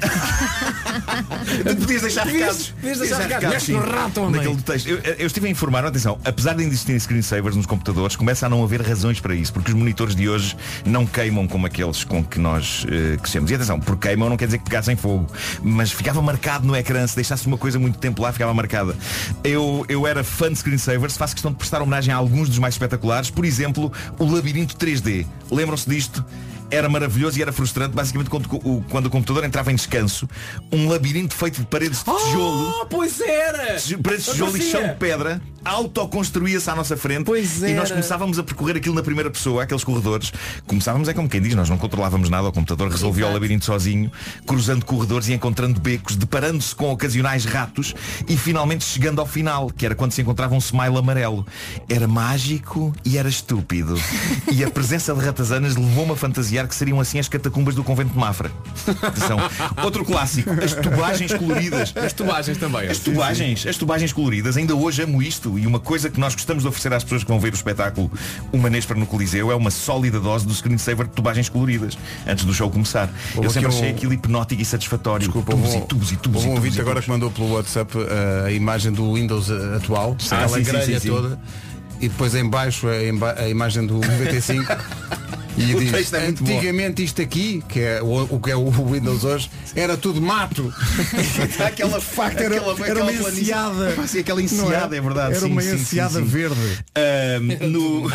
Speaker 9: Tu podias deixar
Speaker 3: Podias-
Speaker 9: recados.
Speaker 3: podias deixar recados. Mexe
Speaker 9: sim.
Speaker 3: no rato, homem.
Speaker 9: Naquele texto. Eu, eu estive a informar, atenção, apesar de ainda existirem screensavers nos computadores, começa a não haver razões para isso, porque os monitores de hoje não queimam como aqueles com que nós eh, crescemos. E atenção, por queimam não quer dizer que pegassem fogo, mas ficava marcado no ecrã, se deixasse uma coisa muito tempo lá, ficava marcada. Eu, eu era fã de screensavers, faço questão de prestar homenagem a alguns dos mais espetaculares, por exemplo, o labirinto 3D. Lembram-se disto? Era maravilhoso e era frustrante, basicamente, quando o, quando o computador entrava em descanso, um labirinto feito de paredes de tijolo
Speaker 3: Oh, pois era!
Speaker 9: Tij- Paredes de tijolo e
Speaker 3: Aparecia.
Speaker 9: chão de pedra autoconstruía-se à nossa frente e
Speaker 3: era.
Speaker 9: nós começávamos a percorrer aquilo na primeira pessoa, aqueles corredores. Começávamos, é como quem diz, nós não controlávamos nada, o computador resolvia o labirinto sozinho, cruzando corredores e encontrando becos, deparando-se com ocasionais ratos e finalmente chegando ao final, que era quando se encontrava um smile amarelo. Era mágico e era estúpido. e a presença de ratazanas levou-me a fantasiar que seriam assim as catacumbas do convento de Mafra. Atenção. Outro clássico, as tubagens coloridas.
Speaker 3: As tubagens também.
Speaker 9: As tubagens, as tubagens coloridas, ainda hoje amo isto e uma coisa que nós gostamos de oferecer às pessoas que vão ver o espetáculo Uma Nespera no Coliseu é uma sólida dose do screensaver de tubagens coloridas, antes do show começar.
Speaker 1: Houve
Speaker 9: Eu sempre
Speaker 1: aqui um-
Speaker 9: achei aquilo hipnótico e satisfatório.
Speaker 1: Desculpa,
Speaker 9: tubos
Speaker 1: houve
Speaker 9: e
Speaker 1: um-
Speaker 9: tubos e tubos
Speaker 1: houve
Speaker 9: e
Speaker 1: um
Speaker 9: tubos
Speaker 1: ouvinte
Speaker 9: e *laughs*
Speaker 1: agora que mandou pelo WhatsApp uh, a imagem do Windows uh, atual, aquela
Speaker 9: sim, sim,
Speaker 1: grelha
Speaker 9: sim, sim.
Speaker 1: toda, e depois em baixo a, imba- a imagem do 95. E
Speaker 9: O
Speaker 1: diz,
Speaker 9: texto é muito bom.
Speaker 1: antigamente isto aqui, que é o, o que é o Windows hoje, era tudo mato.
Speaker 9: tubos.
Speaker 1: *laughs*
Speaker 9: aquela
Speaker 1: facto, era- era uma
Speaker 9: planície.
Speaker 1: enseada.
Speaker 9: Ah, sim, aquela
Speaker 1: Não
Speaker 9: enseada,
Speaker 1: é?
Speaker 9: é verdade.
Speaker 1: Era
Speaker 9: sim,
Speaker 1: uma
Speaker 9: sim, sim,
Speaker 1: enseada
Speaker 9: sim.
Speaker 1: verde.
Speaker 9: Ahm, no,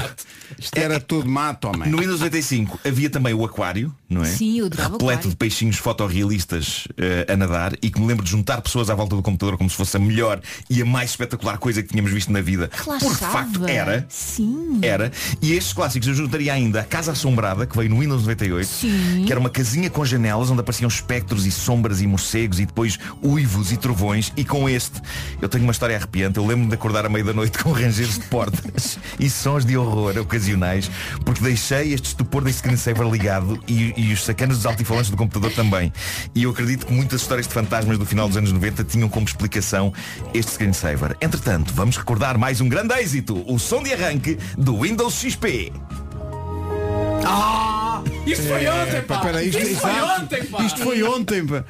Speaker 1: Isto era tudo mato, homem.
Speaker 9: no Windows 95 havia também o aquário, não é?
Speaker 2: Sim, eu adorava o
Speaker 9: repleto
Speaker 2: aquário.
Speaker 9: de peixinhos fotorrealistas eh, a nadar e que me lembro de juntar pessoas à volta do computador como se fosse a melhor e a mais espetacular coisa que tínhamos visto na vida. Porque de
Speaker 2: Relaxava.
Speaker 9: facto era.
Speaker 2: Sim.
Speaker 9: Era. E estes clássicos eu juntaria ainda a Casa Assombrada, que veio no Windows 98,
Speaker 2: Sim.
Speaker 9: que era uma casinha com janelas onde apareciam espectros e sombras e morcegos e depois uivos e trovões. E com este, eu tenho uma história arrepiante. Eu lembro-me de acordar à meia da noite *laughs* com rangeres de portas e sons de horror ocasionais, porque deixei este estupor desse screensaver ligado e, e os sacanos dos altifalantes do computador também. E eu acredito que muitas histórias de fantasmas do final dos anos 90 tinham como explicação este screensaver. Entretanto, vamos recordar mais um grande êxito, o som de arranque do Windows XP.
Speaker 3: Ah! Isto foi ontem, pá!
Speaker 1: Espera,
Speaker 3: isto, é
Speaker 1: isto,
Speaker 3: foi
Speaker 1: exato.
Speaker 3: ontem, pá!
Speaker 1: Isto foi ontem, pá.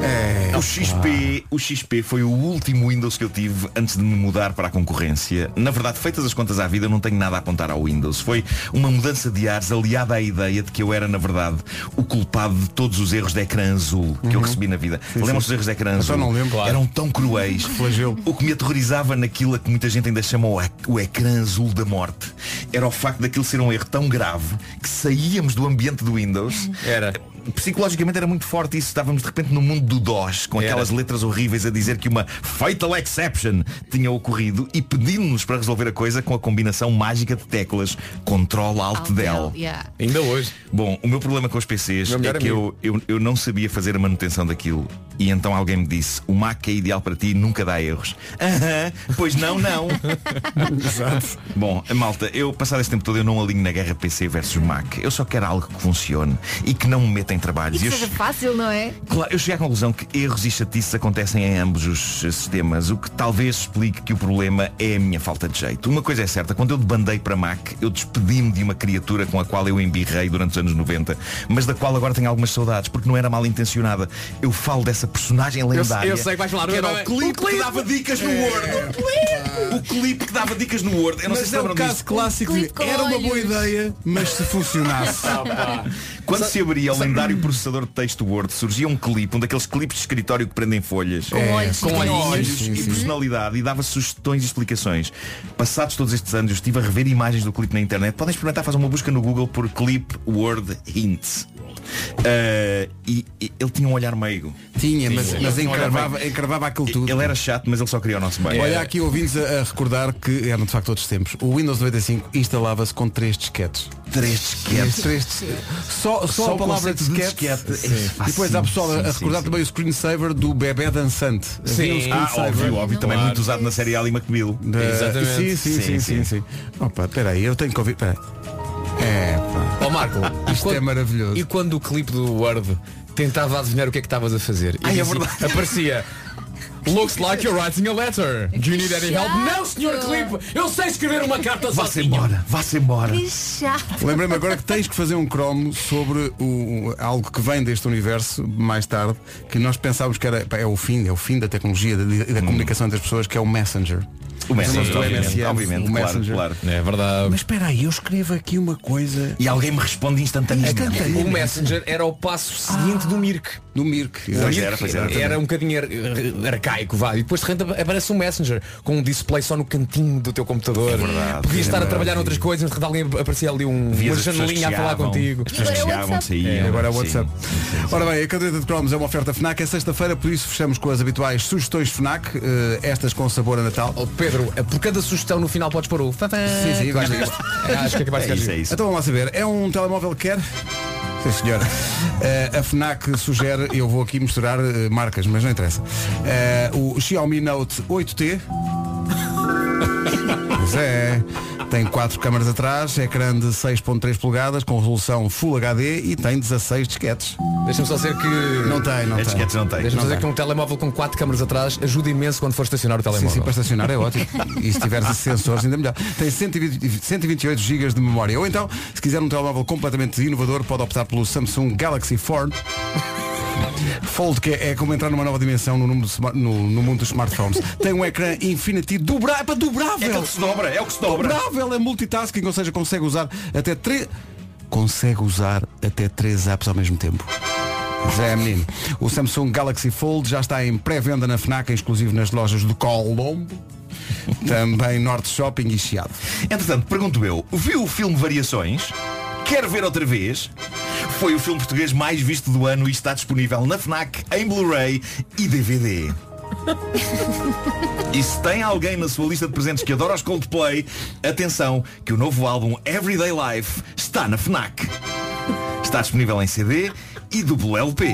Speaker 1: É
Speaker 9: O XP, o XP foi o último Windows que eu tive antes de me mudar para a concorrência. Na verdade, feitas as contas à vida, eu não tenho nada a apontar ao Windows. Foi uma mudança de ares aliada à ideia de que eu era, na verdade, o culpado de todos os erros de ecrã azul
Speaker 1: Uhum.
Speaker 9: que eu recebi na vida. Lembram-se dos erros de ecrã azul?
Speaker 1: não lembro, claro.
Speaker 9: Eram tão cruéis.
Speaker 1: flagelo.
Speaker 9: O que me aterrorizava naquilo a que muita gente ainda chama o, ec- o ecrã azul da morte era o facto daquilo ser um erro tão grave que saíamos do ambiente do Windows
Speaker 3: Era.
Speaker 9: psicologicamente era muito forte isso. Estávamos de repente no mundo do DOS, com
Speaker 3: Era.
Speaker 9: aquelas letras horríveis a dizer que uma fatal exception tinha ocorrido e pedindo-nos para resolver a coisa com a combinação mágica de teclas Ctrl Alt Del.
Speaker 2: Yeah.
Speaker 3: Ainda hoje.
Speaker 9: Bom, o meu problema com os PCs
Speaker 3: Meu
Speaker 9: é
Speaker 3: melhor
Speaker 9: que eu, eu, eu não sabia fazer a manutenção daquilo. E então alguém me disse, o Mac é ideal para ti, nunca dá erros. *laughs* Aham, pois
Speaker 3: *laughs*
Speaker 9: não, não. Exato. Bom, malta, eu passado este tempo todo eu não alinho na guerra PC versus Mac. Eu só quero algo que funcione e que não me meta em
Speaker 2: E
Speaker 9: trabalhos.
Speaker 2: que
Speaker 9: eu
Speaker 2: seja fácil, não é?
Speaker 9: Claro, eu cheguei à conclusão que erros e chatices acontecem em ambos os eh, sistemas, o que talvez explique que o problema é a minha falta de jeito. Uma coisa é certa, quando eu debandei para Mac, eu despedi-me de uma criatura com a qual eu embirrei durante os anos 90, mas da qual agora tenho algumas saudades, porque não era mal intencionada. Eu falo dessa personagem lendária.
Speaker 3: eu sei que vais falar,
Speaker 9: que era
Speaker 3: não é?
Speaker 9: o clipe,
Speaker 3: O clipe!
Speaker 9: que dava dicas no
Speaker 3: É.
Speaker 9: Word. O clipe que dava dicas no Word. Eu não sei
Speaker 1: Mas
Speaker 9: se
Speaker 1: é um
Speaker 9: lembram
Speaker 1: caso
Speaker 9: disso.
Speaker 1: clássico
Speaker 2: Clipe com
Speaker 1: de era uma boa
Speaker 2: olhos."
Speaker 1: ideia, mas se funcionasse.
Speaker 9: Quando se abria o lendário processador de texto Word, surgia um clipe, um daqueles clipes de escritório que prendem folhas. É.
Speaker 2: Com olhos.
Speaker 3: É, com
Speaker 9: Tinha
Speaker 3: olhos.
Speaker 9: olhos
Speaker 1: Sim,
Speaker 9: e
Speaker 1: sim.
Speaker 9: personalidade e dava sugestões e explicações. Passados todos estes anos, eu estive a rever imagens do clipe na internet. Podem experimentar fazer uma busca no Google por clipe Word Hints. Ah, e, e ele tinha um olhar meigo.
Speaker 1: Tinha, mas,
Speaker 9: Tinha.
Speaker 1: mas
Speaker 9: Tinha um olhar
Speaker 1: encravava,
Speaker 9: meigo.
Speaker 1: encravava aquilo tudo. Um
Speaker 9: Ele é era chato, mas ele só queria o nosso bem.
Speaker 1: Olha
Speaker 9: Era-
Speaker 1: aqui ouvintes a, a recordar que eram de facto outros tempos. O Windows 95 instalava-se com três disquetes.
Speaker 9: três disquetes.
Speaker 1: Três disquetes. Só, só,
Speaker 9: Só
Speaker 1: a
Speaker 9: o
Speaker 1: palavra
Speaker 9: conceito de
Speaker 1: disquete.
Speaker 9: disquete é
Speaker 1: Sim. E
Speaker 9: fácil.
Speaker 1: depois há pessoal a-
Speaker 9: Sim,
Speaker 1: a
Speaker 9: sim,
Speaker 1: recordar
Speaker 9: sim.
Speaker 1: também o screensaver do bebê dançante. Havia um
Speaker 9: Ah,
Speaker 1: screensaver.
Speaker 9: óbvio, óbvio. Também
Speaker 2: Claro.
Speaker 9: muito usado na série Ali McBeal.
Speaker 1: Da- Sim, sim,
Speaker 3: Exatamente.
Speaker 1: sim,
Speaker 9: Sim,
Speaker 1: sim,
Speaker 9: sim.
Speaker 1: sim. Opa, peraí, eu tenho que ouvir. Peraí. É, pá.
Speaker 3: Ó
Speaker 9: *laughs*
Speaker 3: Marco, e
Speaker 1: Isto é maravilhoso.
Speaker 3: E quando o clipe do Word tentava adivinhar o que é que estavas a fazer, e
Speaker 9: Ai, é
Speaker 3: dizia-
Speaker 9: verdade.
Speaker 3: aparecia. Looks like you're writing a letter. Do you need any help?
Speaker 2: chato.
Speaker 3: Não, senhor Clipe! Eu sei escrever uma carta
Speaker 9: Vá-se
Speaker 3: sozinho.
Speaker 9: embora, vá-se embora.
Speaker 2: Que chato.
Speaker 1: Lembrei-me agora que tens que fazer um cromo sobre o, o- algo que vem deste universo mais tarde, que nós pensávamos que era pá, é o fim, é o fim da tecnologia da- e
Speaker 9: Hum.
Speaker 1: da comunicação entre as pessoas, que é o Messenger.
Speaker 9: O Messenger,
Speaker 1: Sim,
Speaker 9: obviamente,
Speaker 1: sim.
Speaker 9: obviamente,
Speaker 1: O
Speaker 9: claro,
Speaker 1: Messenger.
Speaker 9: claro.
Speaker 3: É verdade.
Speaker 1: Mas espera aí, eu escrevo aqui uma coisa
Speaker 9: E alguém me responde instantaneamente.
Speaker 1: Instantânea.
Speaker 3: O Messenger era o passo seguinte do Mirk.
Speaker 1: do Mirk.
Speaker 9: Pois era, pois era.
Speaker 3: Era um bocadinho ar- ar- arcaico, vá. E depois de repente aparece um Messenger com um display só no cantinho do teu computador.
Speaker 9: verdade,
Speaker 3: Podias
Speaker 9: é
Speaker 3: estar a
Speaker 9: verdade.
Speaker 3: trabalhar noutras coisas, mas de repente alguém aparecia ali um,
Speaker 9: Vias
Speaker 3: uma
Speaker 9: as pessoas que
Speaker 3: janelinha a falar
Speaker 9: chegavam,
Speaker 3: contigo.
Speaker 9: As pessoas
Speaker 2: Agora é o
Speaker 9: chegavam,
Speaker 2: WhatsApp.
Speaker 9: saíam.
Speaker 1: É, agora é o
Speaker 9: sim.
Speaker 1: WhatsApp.
Speaker 9: Sim, sim.
Speaker 1: Ora bem, a caderneta de cromos é uma oferta FNAC, é sexta-feira, por isso fechamos com as habituais sugestões FNAC, eh, estas com sabor a Natal.
Speaker 3: Oh, Pedro, por cada sugestão no final podes pôr o. Sim,
Speaker 1: Sim, sim, gosto disto.
Speaker 3: Acho que acabaste
Speaker 9: É isso, é
Speaker 3: de
Speaker 9: isso.
Speaker 1: Então vamos lá saber, é um telemóvel que quer? Sim senhora. *laughs* Eh, a FNAC sugere, eu vou aqui misturar eh, marcas, mas não interessa. Eh, o Xiaomi Note 8T. *laughs* Pois é, tem quatro câmaras atrás, ecrã de 6.3 polegadas, com resolução Full HD e tem 16 disquetes.
Speaker 3: Deixa-me só dizer que.
Speaker 1: Não tem, não tem.
Speaker 9: As disquetes não É têm.
Speaker 3: Deixa-me só dizer
Speaker 1: tem.
Speaker 3: que um telemóvel com quatro câmaras atrás ajuda imenso quando for estacionar o
Speaker 1: Sim,
Speaker 3: telemóvel.
Speaker 1: sim, para estacionar é ótimo. E se tiveres esses sensores ainda melhor. Tem 120 128 GB de memória. Ou então, se quiser um telemóvel completamente inovador, pode optar pelo Samsung Galaxy Fold. Fold, que é como entrar numa nova dimensão no, número de smar- no- no mundo dos smartphones. Tem um ecrã Infinity dobra, é para
Speaker 9: É
Speaker 1: dobrável.
Speaker 9: aquele que se dobra, é o que se dobra.
Speaker 1: dobrável, é multitasking, ou seja, consegue usar até três... Consegue usar até três apps ao mesmo tempo. Zé menino. O Samsung Galaxy Fold já está em pré-venda na FNAC, exclusivo nas lojas do Colombo. Também Norte Shopping e Chiado.
Speaker 9: Entretanto, pergunto eu, viu o filme Variações? Quer ver outra vez? Foi o filme português mais visto do ano e está disponível na FNAC, em Blu-ray e DVD. E se tem alguém na sua lista de presentes que adora os Coldplay, atenção que o novo álbum Everyday Life está na FNAC. Está disponível em CD e duplo LP.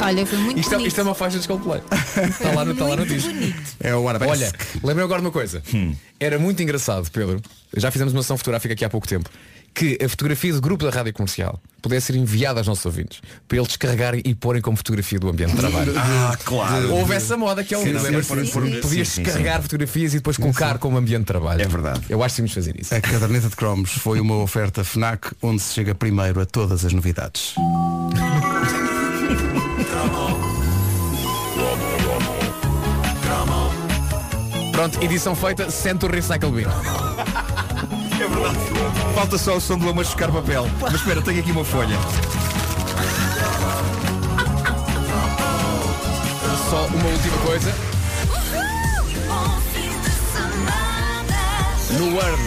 Speaker 2: Olha, foi muito
Speaker 3: Isto, é,
Speaker 2: bonito.
Speaker 3: isto é uma faixa de Coldplay. Está lá no, está lá no disco.
Speaker 1: É o Arabesque.
Speaker 3: Olha, lembrei agora de uma coisa.
Speaker 9: Hum.
Speaker 3: Era muito engraçado, Pedro. Já fizemos uma sessão fotográfica aqui há pouco tempo. Que a fotografia do grupo da rádio comercial pudesse ser enviada aos nossos ouvintes para eles descarregarem e porem como fotografia do ambiente de trabalho.
Speaker 9: Ah, claro.
Speaker 3: Houve essa moda que é o
Speaker 9: Sim, sim, sim, sim.
Speaker 3: Podias
Speaker 9: Sim, sim,
Speaker 3: descarregar fotografias e depois colocar como ambiente de trabalho.
Speaker 9: É verdade.
Speaker 3: Eu acho que temos de fazer isso.
Speaker 1: A caderneta de cromos foi uma oferta FNAC onde se chega primeiro a todas as novidades.
Speaker 3: Pronto, edição feita, sente o Recycle Bin.
Speaker 9: É verdade. Falta só o som do lama chocar papel. Mas espera, tenho aqui uma folha.
Speaker 3: Só uma última coisa. No Word.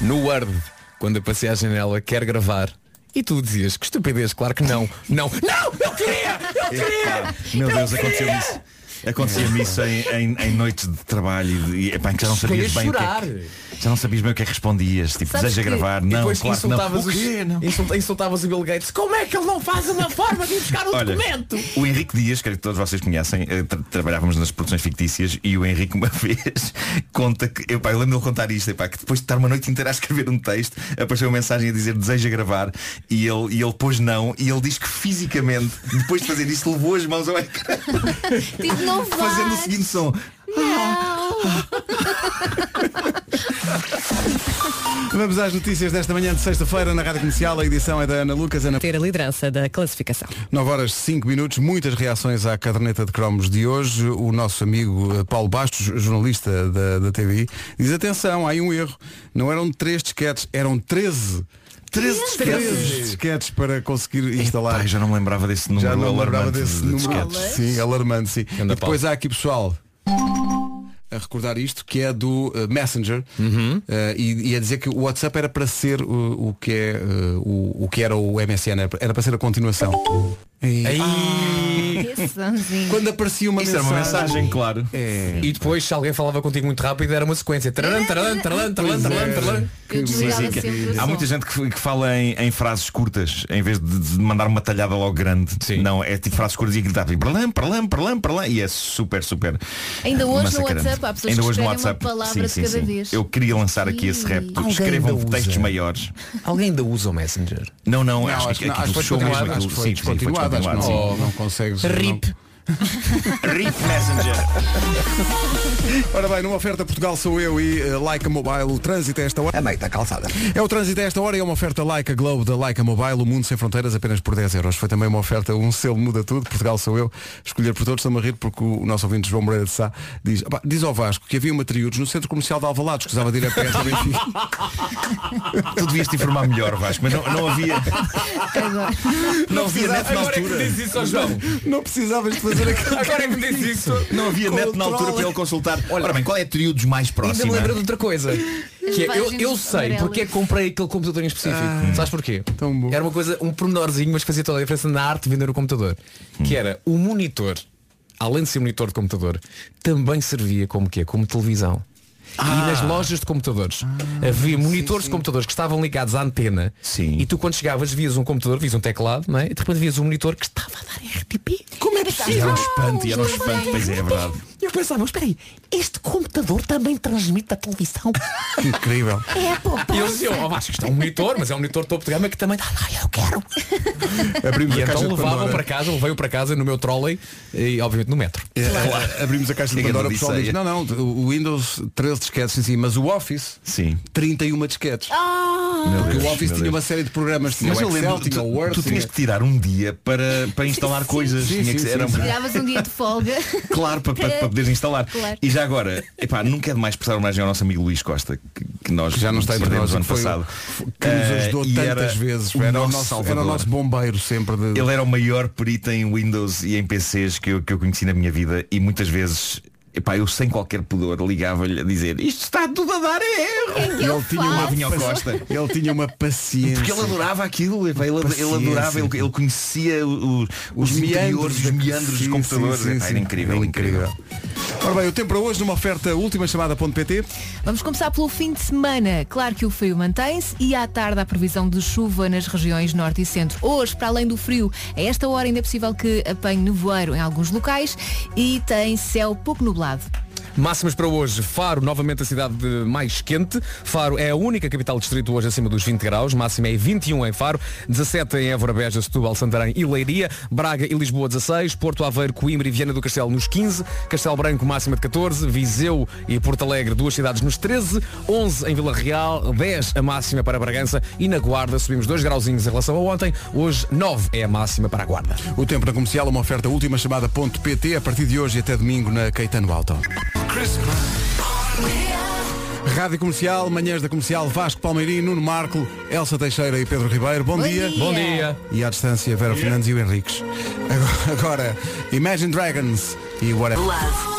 Speaker 3: No Word, quando eu passei à janela, quer gravar. E tu dizias que estupidez, claro que não. Não, não, eu queria! Eu queria!
Speaker 9: Meu
Speaker 3: Eu
Speaker 9: Deus, aconteceu
Speaker 3: queria!
Speaker 9: isso.
Speaker 3: É.
Speaker 9: Acontecia-me isso em, em- em noites de trabalho e, e epá, em que já não sabias bem o que é que, já não sabias bem o que é que respondias. Tipo,
Speaker 3: Sabes
Speaker 9: deseja
Speaker 3: que-
Speaker 9: gravar?
Speaker 3: E
Speaker 9: Não,
Speaker 3: depois
Speaker 9: claro que não.
Speaker 3: insultavas,
Speaker 9: O
Speaker 3: os-
Speaker 9: quê? Não.
Speaker 3: insult- insultavas o Bill Gates. Como é que ele não faz uma forma de ir buscar um
Speaker 9: Olha,
Speaker 3: documento?
Speaker 9: o Henrique Dias, creio que todos vocês conhecem, eh, tra- trabalhávamos nas produções fictícias e o Henrique uma *laughs* vez conta que, eu, eu lembro-me de ele contar isto, epá, que depois de estar uma noite inteira a escrever um texto, apareceu uma mensagem a dizer deseja gravar e ele, e ele pôs não e ele diz que fisicamente, depois de fazer isso, levou as mãos ao ecrã
Speaker 2: Tipo, não vai.
Speaker 9: fazendo o seguinte som.
Speaker 1: Vamos às notícias desta manhã de sexta-feira na Rádio Comercial. A edição é da Ana Lucas. Ana...
Speaker 8: Ter a liderança da classificação.
Speaker 1: 9 horas 5 minutos, muitas reações à caderneta de cromos de hoje. O nosso amigo eh, Paulo Bastos, jornalista da, da TVI, diz atenção, há aí um erro. Não eram 3 disquetes, eram 13.
Speaker 9: 13
Speaker 1: 13 disquetes para conseguir instalar.
Speaker 9: Epá, já não me lembrava desse número
Speaker 1: Já não me lembrava
Speaker 9: alarmante
Speaker 1: desse
Speaker 9: de
Speaker 1: número.
Speaker 9: disquetes.
Speaker 1: Sim, alarmante, sim. E
Speaker 3: Anda,
Speaker 1: depois há aqui pessoal a recordar isto, que é do eh, Messenger,
Speaker 9: Uhum.
Speaker 1: eh, e, e a dizer que o WhatsApp era para ser o, o que é, eh, o, o que era o MSN, era para- era para ser a continuação. E-
Speaker 2: Que sonzinho.
Speaker 1: Quando aparecia uma
Speaker 9: Isso era
Speaker 1: mensagem.
Speaker 9: uma mensagem, claro.
Speaker 1: É.
Speaker 3: E depois, se alguém falava contigo muito rápido, era uma sequência. Tararam, tararam, tararam,
Speaker 9: é.
Speaker 3: tararam, tararam, tararam.
Speaker 2: Eu desligava
Speaker 9: que-
Speaker 2: sempre o
Speaker 9: Há
Speaker 2: som.
Speaker 9: muita gente que, que fala em, em frases curtas em vez de, de mandar uma talhada logo grande.
Speaker 3: Sim.
Speaker 9: Não, é tipo frases curtas e gritar para lá, para lá, para lá, para lá. E é super, super. eh,
Speaker 2: Ainda hoje no
Speaker 9: massacrante.
Speaker 2: WhatsApp há pessoas
Speaker 9: Ainda
Speaker 2: que
Speaker 9: hoje
Speaker 2: escrevem
Speaker 9: no
Speaker 2: uma
Speaker 9: WhatsApp,
Speaker 2: palavra
Speaker 9: sim,
Speaker 2: de
Speaker 9: sim,
Speaker 2: cada
Speaker 9: sim.
Speaker 2: vez.
Speaker 9: Eu queria lançar aqui esse repto.
Speaker 3: Alguém
Speaker 9: Escrevam
Speaker 3: ainda
Speaker 9: textos
Speaker 3: usa.
Speaker 9: maiores.
Speaker 3: Alguém ainda usa o Messenger?
Speaker 9: Não, não,
Speaker 1: Não,
Speaker 9: acho,
Speaker 1: acho,
Speaker 9: que tipo
Speaker 1: não, acho que foi
Speaker 9: aquilo fechou mesmo
Speaker 1: descontinuado, acho
Speaker 9: aquilo.
Speaker 1: que foi
Speaker 9: é Sim, sim, foi
Speaker 1: descontinuado, acho que
Speaker 9: descontinuado, sim.
Speaker 1: não, não consegues.
Speaker 8: RIP.
Speaker 1: não-
Speaker 9: Rip Messenger.
Speaker 1: *laughs* Ora bem, numa oferta Portugal sou eu e eh, Leica Mobile, o trânsito a esta hora.
Speaker 5: A meio da calçada.
Speaker 1: É o trânsito a esta hora e é uma oferta Leica Globo da Leica Mobile, o mundo sem fronteiras apenas por 10 euros. Foi também uma oferta, um selo muda tudo, Portugal sou eu. Escolher por todos, estou-me a rir porque o nosso ouvinte João Moreira de Sá diz, "Pá, diz ao Vasco que havia uma triúdos no centro comercial de Alvalade, escusava de ir a pé
Speaker 9: *laughs*
Speaker 1: até Benfica."
Speaker 9: Tu devias te informar melhor, Vasco, mas não, não havia.
Speaker 2: Agora.
Speaker 9: Não havia net
Speaker 3: é
Speaker 9: na altura.
Speaker 3: isso, ó João.
Speaker 1: é Não precisavas de fazer aquilo.
Speaker 9: *laughs*
Speaker 3: Agora é que diz isso.
Speaker 9: Não havia net na altura para ele consultar. Ora bem, qual é a períodos mais
Speaker 3: Ainda me
Speaker 9: próxima?
Speaker 3: lembro de outra coisa. Que é, eu, eu
Speaker 2: Páginas
Speaker 3: sei
Speaker 2: amarelas.
Speaker 3: porque é que comprei aquele computador em específico. Sabes porquê?
Speaker 1: Tão bom.
Speaker 3: Era uma coisa, um pormenorzinho, mas que fazia toda a diferença na arte de vender o computador. Que era o monitor, além de ser um monitor de computador, também servia como quê? Como televisão. E nas lojas de computadores havia monitores de computadores que estavam ligados à antena
Speaker 9: Sim.
Speaker 3: e tu quando chegavas vias um computador, vias um teclado, não é? e de repente vias um monitor que estava a dar RTP. Como é
Speaker 9: E era um espanto, e era um espanto, pois é, é verdade.
Speaker 3: E eu pensava, espera aí, este computador também transmite a televisão.
Speaker 1: Que incrível.
Speaker 2: É
Speaker 3: E eles diziam, oh, Vasco, isto é um monitor, mas é um monitor topo de gama que também dá, ah, eu quero.
Speaker 1: Abrimos
Speaker 3: E
Speaker 1: a caixa
Speaker 3: então
Speaker 1: de
Speaker 3: levavam
Speaker 1: Pandora.
Speaker 3: para casa, levei-o para casa no meu trolley e obviamente no metro.
Speaker 1: É, a- Abrimos a caixa de
Speaker 9: Que grande
Speaker 1: Pandora, o pessoal diz,
Speaker 9: odisseia.
Speaker 1: não, não, o Windows 13 disquetes, sim, sim, mas o Office,
Speaker 9: Sim.
Speaker 1: 31 disquetes.
Speaker 2: Ah.
Speaker 9: Meu
Speaker 1: Porque
Speaker 9: Deus,
Speaker 1: o Office tinha
Speaker 9: meu Deus.
Speaker 1: uma série de programas, tinha
Speaker 9: Mas
Speaker 1: o
Speaker 9: eu
Speaker 1: Excel,
Speaker 9: lembro,
Speaker 1: tinha o
Speaker 9: tu,
Speaker 1: Word,
Speaker 9: tu tinhas
Speaker 1: tinha-
Speaker 9: que tirar um dia para, para instalar coisas.
Speaker 1: sim,
Speaker 9: Tinha que
Speaker 1: sim,
Speaker 9: ser- era
Speaker 1: sim,
Speaker 2: Tiravas um dia de folga.
Speaker 9: Claro, para, para, para poderes instalar.
Speaker 2: Claro.
Speaker 9: E já agora, epá, nunca é demais prestar homenagem ao nosso amigo Luís Costa, que, que nós
Speaker 1: Já não está entre
Speaker 9: perdemos
Speaker 1: nós,
Speaker 9: o ano
Speaker 1: que foi o-
Speaker 9: passado.
Speaker 1: que nos
Speaker 9: Eh,
Speaker 1: ajudou
Speaker 9: e
Speaker 1: tantas
Speaker 9: era
Speaker 1: vezes.
Speaker 9: o
Speaker 1: Era o,
Speaker 9: nosso
Speaker 1: nosso, era o
Speaker 9: salvador.
Speaker 1: nosso bombeiro sempre de. *laughs*
Speaker 9: Ele é era o maior perito em Windows e em PCs que eu, que eu conheci na minha vida e muitas vezes, epá, eu sem qualquer pudor ligava-lhe a dizer isto está tudo a dar erro.
Speaker 2: eu
Speaker 1: ele tinha uma
Speaker 2: faço?
Speaker 9: Vinha ao Costa.
Speaker 1: Ele tinha uma paciência.
Speaker 9: Porque ele adorava aquilo, epá, ele, ele
Speaker 1: Paciência.
Speaker 9: adorava, ele, ele conhecia o- o- os, interiores, os
Speaker 1: da-
Speaker 9: meandros
Speaker 1: Sim,
Speaker 9: dos computadores.
Speaker 1: sim, sim,
Speaker 9: epá,
Speaker 1: sim. É
Speaker 9: era incrível,
Speaker 1: Era
Speaker 9: incrível.
Speaker 1: Ora bem, o tempo para hoje numa oferta última chamada.pt.
Speaker 2: Vamos começar pelo fim de semana. Claro que o frio mantém-se e à tarde há previsão de chuva nas regiões norte e centro. Hoje, para além do frio, a esta hora ainda é possível que apanhe nevoeiro em alguns locais e tem céu pouco nublado.
Speaker 3: Máximas para hoje, Faro, novamente a cidade de mais quente. Faro é a única capital distrito hoje acima dos 20 graus. Máxima é 21 em Faro, 17 em Évora, Beja, Setúbal, Santarém e Leiria. Braga e Lisboa, 16. Porto Aveiro, Coimbra e Viana do Castelo, nos 15. Castelo Branco, máxima de 14. Viseu e Porto Alegre, duas cidades nos 13. 11 em Vila Real, 10 a máxima para Bragança. E na Guarda subimos 2 grauzinhos em relação a ontem. Hoje, 9 é a máxima para a Guarda.
Speaker 1: O tempo na comercial, uma oferta última chamada.pt a partir de hoje e até domingo na Caetano Alto. Rádio Comercial, manhãs da Comercial, Vasco Palmeirim, Nuno Marco, Elsa Teixeira e Pedro Ribeiro. Bom,
Speaker 2: Bom
Speaker 1: dia.
Speaker 2: dia. Bom dia.
Speaker 1: E à distância, Vera Fernandes e o Henriques. *laughs* Agora, agora Imagine Dragons e Whatever.
Speaker 7: Love.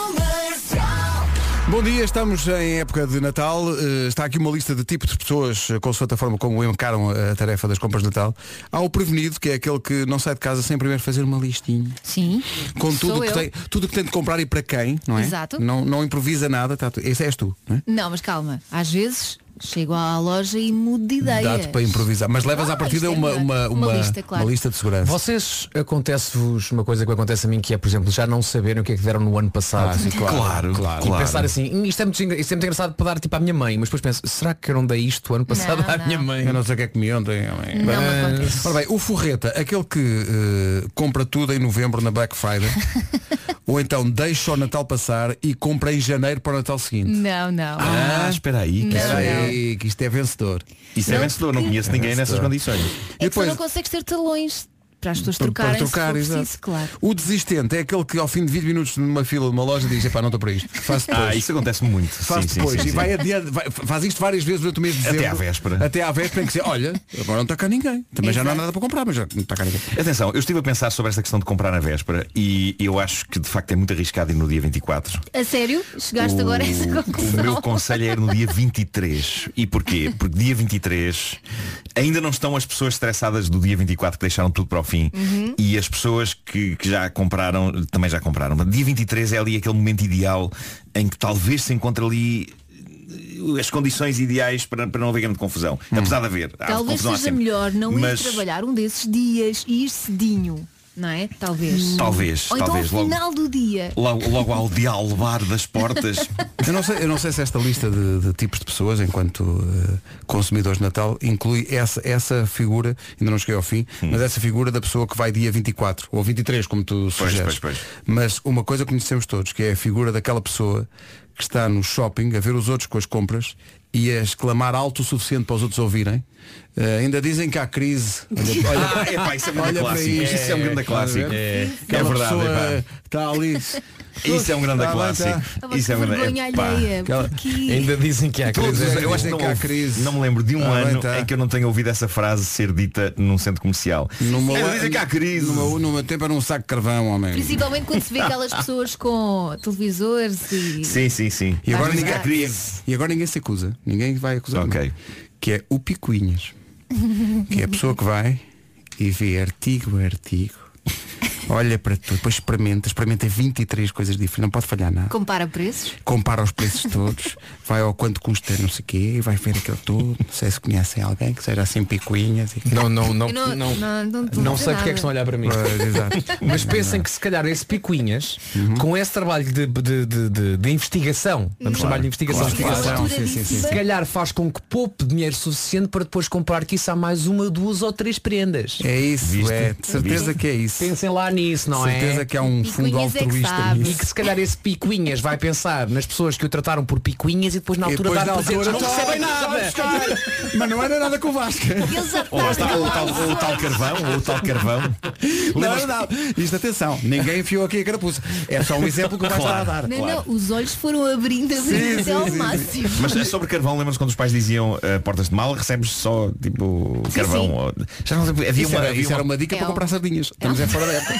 Speaker 1: Bom dia, estamos em época de Natal. Eh, Está aqui uma lista de tipos de pessoas, eh, consoante a forma como encaram a tarefa das compras de Natal. Há o prevenido, que é aquele que não sai de casa sem primeiro fazer uma listinha.
Speaker 2: Sim.
Speaker 1: Com
Speaker 2: Sou
Speaker 1: tudo que,
Speaker 2: eu.
Speaker 1: tem, tudo que tem de comprar e para quem, não é?
Speaker 2: Exato.
Speaker 1: Não, não improvisa nada. Tá, tu- esse és tu, não é?
Speaker 2: Não, mas calma. Às vezes chego à loja e mudo de ideia.
Speaker 1: Dá-te para improvisar. Mas levas
Speaker 2: Ah,
Speaker 1: à partida
Speaker 2: isto é
Speaker 1: uma,
Speaker 2: melhor.
Speaker 1: uma,
Speaker 2: Uma
Speaker 1: uma,
Speaker 2: lista, claro.
Speaker 1: uma lista de segurança.
Speaker 3: Vocês acontece-vos uma coisa que acontece a mim que é, por exemplo, já não saberem o que é que deram no ano passado. Tipo,
Speaker 1: Ah, sim, claro,
Speaker 9: Claro, claro.
Speaker 3: E pensar assim, "Hum, isto é, muito, engra- isto é muito engraçado para dar tipo à minha mãe, mas depois penso, será que eu não dei isto o ano passado
Speaker 2: Não,
Speaker 3: à
Speaker 2: não.
Speaker 3: minha mãe?
Speaker 1: Eu não sei o que é que me ontem.
Speaker 2: Não me acontece.
Speaker 1: Ora bem, o forreta, aquele que eh, compra tudo em novembro na Black
Speaker 2: *laughs*
Speaker 1: Friday, ou então deixa o Natal passar e compra em janeiro para o Natal seguinte.
Speaker 2: Não, não.
Speaker 9: Ah, espera aí. Que isso
Speaker 2: Não,
Speaker 9: é,
Speaker 2: não.
Speaker 1: Ei, que isto é vencedor.
Speaker 9: isso é
Speaker 2: Não,
Speaker 9: vencedor. Não conheço ninguém nessas condições.
Speaker 2: É
Speaker 1: E
Speaker 2: que tu não consegues ter talões para as pessoas trocarem se for preciso,
Speaker 1: exato.
Speaker 2: claro.
Speaker 1: O desistente é aquele que ao fim de 20 minutos numa fila de uma loja diz, epá, não estou para isto, faço depois.
Speaker 9: Ah, isso acontece muito.
Speaker 1: Faz
Speaker 9: Sim, sim,
Speaker 1: depois
Speaker 9: sim,
Speaker 1: e
Speaker 9: sim.
Speaker 1: vai adiante, vai- faz isto várias vezes durante o mês de
Speaker 9: Até
Speaker 1: dezembro.
Speaker 9: à véspera.
Speaker 1: Até à véspera em que dizer, olha, agora não está cá ninguém. Também já não há nada para comprar, mas já não está cá ninguém.
Speaker 9: Atenção, eu estive a pensar sobre esta questão de comprar na véspera e eu acho que de facto é muito arriscado ir no dia 24.
Speaker 2: A sério? Chegaste agora a essa conclusão?
Speaker 9: O meu conselho é ir no dia 23. E porquê? Porque dia 23 ainda não estão as pessoas estressadas do dia 24 que deixaram tudo para o fim.
Speaker 2: Uhum.
Speaker 9: E as pessoas que, que já compraram, também já compraram. Mas dia 23 é ali aquele momento ideal em que talvez se encontre ali eh, as condições ideais para, para não haver grande confusão. Apesar de haver. há
Speaker 2: Talvez
Speaker 9: confusão há
Speaker 2: seja
Speaker 9: sempre.
Speaker 2: melhor não ir
Speaker 9: Mas-
Speaker 2: trabalhar um desses dias e ir cedinho, não é? Talvez.
Speaker 9: Talvez,
Speaker 2: Ou então
Speaker 9: talvez.
Speaker 2: ao
Speaker 9: Logo-
Speaker 2: final do dia.
Speaker 9: Logo, logo ao dialogar
Speaker 2: *laughs*
Speaker 9: das portas
Speaker 1: Eu não, sei, eu não sei se esta lista de, de tipos de pessoas, enquanto eh, consumidores de Natal, inclui essa, essa figura, ainda não cheguei ao fim,
Speaker 9: Hum.
Speaker 1: mas essa figura da pessoa que vai dia 24 ou 23, como tu sugeres.
Speaker 9: pois, pois.
Speaker 1: Mas uma coisa conhecemos todos, que é a figura daquela pessoa que está no shopping a ver os outros com as compras e a exclamar alto o suficiente para os outros ouvirem. Eh, ainda dizem que há crise. Olha, olha,
Speaker 9: Ah, é pá, isso é um grande
Speaker 1: Olha para
Speaker 9: clássico.
Speaker 1: isto.
Speaker 9: Isso é um grande clássico. É,
Speaker 1: aquela
Speaker 9: verdade,
Speaker 1: pessoa
Speaker 9: é
Speaker 1: está ali.
Speaker 9: pá. Isso é um grande
Speaker 1: Tá bem,
Speaker 9: clássico.
Speaker 1: tá.
Speaker 2: Agora,
Speaker 9: Isso é
Speaker 2: que
Speaker 9: um grande
Speaker 2: vergonha
Speaker 9: é pá.
Speaker 2: alheia.
Speaker 1: Aquela-
Speaker 2: Porque...
Speaker 3: Ainda dizem que há
Speaker 9: Todos
Speaker 3: crise.
Speaker 9: os-
Speaker 1: é,
Speaker 9: eu acho que
Speaker 1: dizem
Speaker 9: não,
Speaker 1: que há
Speaker 9: houve-
Speaker 1: crise.
Speaker 9: não me lembro de um
Speaker 1: Ah, bem,
Speaker 9: ano
Speaker 1: tá.
Speaker 9: em que eu não tenha ouvido essa frase ser dita num centro comercial.
Speaker 1: Numa,
Speaker 9: Eles É, dizem que há crise.
Speaker 1: No meu, no meu tempo era um saco de carvão, homem.
Speaker 2: Principalmente quando se vê aquelas pessoas com televisores e.
Speaker 9: Sim, sim, sim.
Speaker 1: E agora,
Speaker 2: Vais
Speaker 1: ninguém,
Speaker 2: usar?
Speaker 9: há crise.
Speaker 1: e agora ninguém se acusa. Ninguém vai acusar.
Speaker 9: Ok.
Speaker 1: ninguém. Que é o Picuinhas. que é a pessoa que vai e vê artigo a artigo. Olha para tudo, depois experimenta, experimenta 23 coisas diferentes, não pode falhar nada.
Speaker 2: Compara preços.
Speaker 1: Compara os preços todos, vai ao quanto custa não sei o quê, vai ver aquilo tudo, não sei se conhecem alguém que seja assim picuinhas. E...
Speaker 3: Não, não, não,
Speaker 2: Eu não-
Speaker 3: não, não,
Speaker 2: não- não te vou
Speaker 3: sei
Speaker 2: dizer
Speaker 3: porque é
Speaker 2: nada.
Speaker 3: que estão a olhar para mim.
Speaker 1: Pois, exato.
Speaker 3: Mas pensem que se calhar esse picuinhas,
Speaker 9: Uhum.
Speaker 3: com esse trabalho de, de, de, de- de investigação, vamos chamar de investigação,
Speaker 1: Claro.
Speaker 3: que faz,
Speaker 1: Investigação, sim, sim,
Speaker 2: é
Speaker 1: sim.
Speaker 3: se calhar faz com que poupe dinheiro suficiente para depois comprar que isso há mais uma, duas ou três prendas.
Speaker 1: É isso,
Speaker 9: Viste?
Speaker 1: é, de certeza
Speaker 9: Viste?
Speaker 1: que é isso.
Speaker 3: Pensem lá nisso, não
Speaker 1: certeza
Speaker 3: é?
Speaker 1: que há um fundo
Speaker 2: Picuinhas é que
Speaker 1: altruísta
Speaker 2: sabe.
Speaker 1: nisso.
Speaker 3: E que se calhar esse picuinhas vai pensar nas pessoas que o trataram por picuinhas e depois na
Speaker 1: E
Speaker 3: altura
Speaker 1: depois
Speaker 3: dá
Speaker 1: na
Speaker 3: presentes.
Speaker 1: altura,
Speaker 3: Não
Speaker 1: toma,
Speaker 3: recebem nada.
Speaker 1: Mas não era nada com o Vasco.
Speaker 2: Eles já
Speaker 9: Ou, lá está, ou o tal, ou o tal carvão, ou o tal carvão.
Speaker 1: Não,
Speaker 9: Lembras-
Speaker 1: não, não. Isto atenção, ninguém enfiou aqui a carapuça. É só um exemplo que vai estar a dar.
Speaker 2: Não,
Speaker 9: Claro.
Speaker 2: não, os olhos foram abrindo, abrindo até ao máximo.
Speaker 9: Mas é sobre carvão, lembras quando os pais diziam eh, portas de mal, recebes só tipo carvão.
Speaker 2: sim.
Speaker 9: ou- Já não lembro, havia
Speaker 1: Isso
Speaker 9: uma,
Speaker 1: era,
Speaker 9: havia
Speaker 1: isso era
Speaker 9: uma-
Speaker 1: uma dica
Speaker 2: É
Speaker 1: para
Speaker 2: um-
Speaker 1: comprar sardinhas. Estamos é fora da época.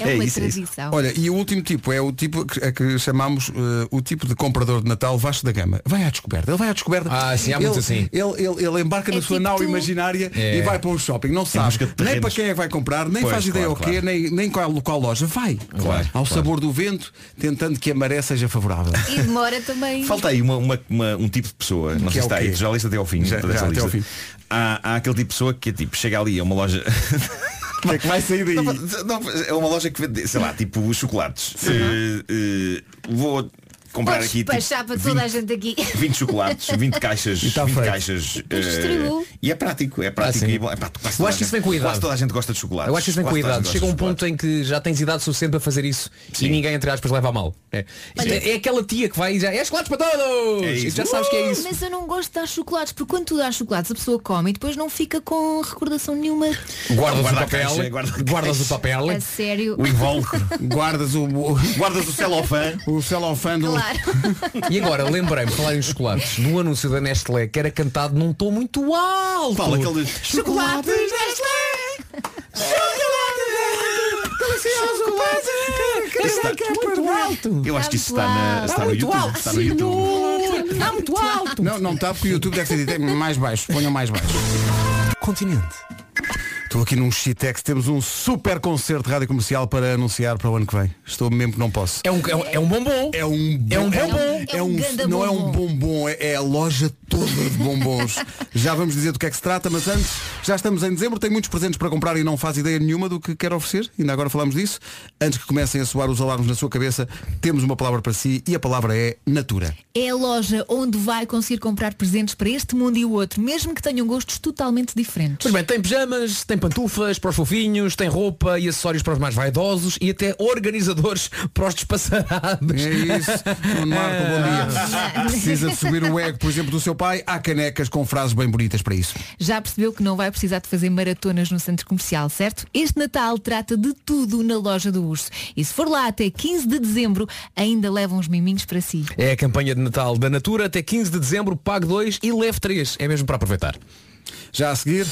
Speaker 2: É uma
Speaker 9: isso, é isso.
Speaker 2: tradição.
Speaker 1: Olha, e o último tipo é o tipo que, a que chamamos eh, o tipo de comprador de Natal Vasco da Gama. Vai à descoberta. Ele vai à descoberta.
Speaker 3: Ah, sim, há
Speaker 1: ele,
Speaker 3: muito assim.
Speaker 1: Ele, ele- ele embarca
Speaker 2: É
Speaker 1: na sua
Speaker 2: tipo
Speaker 1: nau
Speaker 2: tu.
Speaker 1: imaginária
Speaker 3: É.
Speaker 1: e vai para um shopping. Não sabe
Speaker 9: busca de
Speaker 1: nem
Speaker 9: terrenos.
Speaker 1: para quem é que vai comprar, nem
Speaker 9: Pois,
Speaker 1: faz ideia
Speaker 9: claro,
Speaker 1: o quê,
Speaker 9: claro.
Speaker 1: nem, nem qual, qual loja. Vai.
Speaker 9: Claro,
Speaker 1: Ao
Speaker 9: claro.
Speaker 1: sabor do vento, tentando que a maré seja
Speaker 9: *laughs*
Speaker 1: favorável.
Speaker 2: E demora também.
Speaker 9: Falta aí uma- uma- uma- um tipo de pessoa, não
Speaker 1: Que
Speaker 9: sei
Speaker 1: é
Speaker 9: se
Speaker 1: o
Speaker 9: está
Speaker 1: quê?
Speaker 9: aí, tu já leste até ao fim.
Speaker 1: Já-
Speaker 9: toda essa
Speaker 1: já, até ao
Speaker 9: lista.
Speaker 1: fim.
Speaker 9: Há, há aquele tipo de pessoa que é tipo, chega ali a uma loja. *laughs*
Speaker 1: Como é que vai sair daí?
Speaker 9: Não, não, é uma loja que vende, sei lá, tipo chocolates. Eh, eh, vou comprar
Speaker 2: Podes
Speaker 9: aqui. tipo,
Speaker 2: despachar para toda a gente aqui.
Speaker 9: 20 chocolates,
Speaker 2: *laughs*
Speaker 9: 20 caixas,
Speaker 1: tá
Speaker 9: 20
Speaker 1: feito.
Speaker 9: caixas.
Speaker 2: Eu
Speaker 9: eh,
Speaker 2: distribuo.
Speaker 9: e é prático, é prático.
Speaker 3: Ah, sim.
Speaker 9: e é bom. É pá, quase
Speaker 3: Eu
Speaker 9: toda
Speaker 3: acho
Speaker 9: a
Speaker 3: que isso
Speaker 9: gente-
Speaker 3: vem com idade.
Speaker 9: Quase toda a gente gosta de chocolates.
Speaker 3: Eu acho que isso vem com a
Speaker 9: Quase toda a
Speaker 3: idade.
Speaker 9: gente
Speaker 3: Chega um
Speaker 9: gosta de
Speaker 3: ponto em que já tens idade suficiente para fazer isso
Speaker 9: Sim.
Speaker 3: e ninguém, entre aspas, leva a mal. É,
Speaker 9: Olha-
Speaker 3: é, é aquela tia que vai e já é chocolates para todos!
Speaker 9: É isso.
Speaker 3: E já sabes que é isso.
Speaker 2: Mas eu não gosto de dar chocolates, porque quando tu dás chocolates a pessoa come e depois não fica com recordação nenhuma.
Speaker 3: Guardas
Speaker 9: Guarda a
Speaker 3: o papel,
Speaker 9: caixa, guarda a caixa.
Speaker 3: guardas o papel.
Speaker 2: A sério.
Speaker 9: O invólucro.
Speaker 1: Guardas o, o,
Speaker 9: Guardas o celofã.
Speaker 1: o celofã do...
Speaker 2: Claro.
Speaker 3: E agora lembrei-me, falar em chocolates, de um anúncio da Nestlé que era cantado num tom muito alto.
Speaker 9: Fala aqueles
Speaker 3: Chocolates Nestlé! Chocolates! Delicioso!
Speaker 9: está-
Speaker 11: muito alto.
Speaker 9: Eu acho que isso está, na, está no YouTube. Está no YouTube.
Speaker 11: Está muito alto.
Speaker 1: Não, não está porque o YouTube deve ter dito "É mais baixo. Ponham mais baixo. Continente. Estou aqui num Chitex, temos um super concerto de rádio comercial para anunciar para o ano que vem. Estou mesmo que não posso.
Speaker 3: É um, é um, é um bombom.
Speaker 1: É um,
Speaker 3: é um bombom.
Speaker 1: É um, não é um bombom, é, é a loja toda de bombons. Já vamos dizer do que é que se trata, mas antes, já estamos em dezembro, tem muitos presentes para comprar e não faz ideia nenhuma do que quer oferecer. Ainda agora falámos disso. Antes que comecem a soar os alarmes na sua cabeça, temos uma palavra para si e a palavra é Natura.
Speaker 2: É a loja onde vai conseguir comprar presentes para este mundo e o outro, mesmo que tenham gostos totalmente diferentes.
Speaker 3: Pois bem, tem pijamas, tem pantufas para os fofinhos, tem roupa e acessórios para os mais vaidosos e até organizadores *laughs* para os despassarados.
Speaker 1: É isso. Nuno Marco, bom dia. Precisa de subir o ego, por exemplo, do seu pai. Há canecas com frases bem bonitas para isso.
Speaker 2: Já percebeu que não vai precisar de fazer maratonas no centro comercial, certo? Este Natal trata de tudo na loja do urso. E se for lá até 15 de dezembro, ainda levam uns miminhos para si.
Speaker 3: É a campanha de Natal da Natura até 15 de dezembro, pague 2 e leve 3. É mesmo para aproveitar.
Speaker 1: Já a seguir,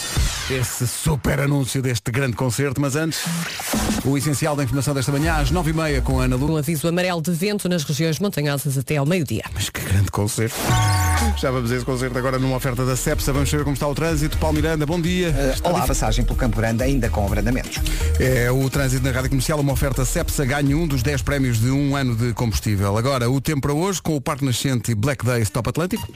Speaker 1: esse super anúncio deste grande concerto, mas antes, o essencial da informação desta manhã, às 9h30 com a Ana Lu.
Speaker 8: Um aviso amarelo de vento nas regiões montanhosas até ao meio-dia.
Speaker 1: Mas que grande concerto. Já vamos a esse concerto agora numa oferta da CEPSA. Vamos saber como está o trânsito. Paulo Miranda, bom dia.
Speaker 5: Está Eh, olá. de passagem pelo Campo Grande ainda com abrandamentos.
Speaker 1: É o trânsito na Rádio Comercial, uma oferta CEPSA, ganha um dos 10 prémios de um ano de combustível. Agora, o tempo para hoje, com o Parque Nascente e Black Days Top Atlântico.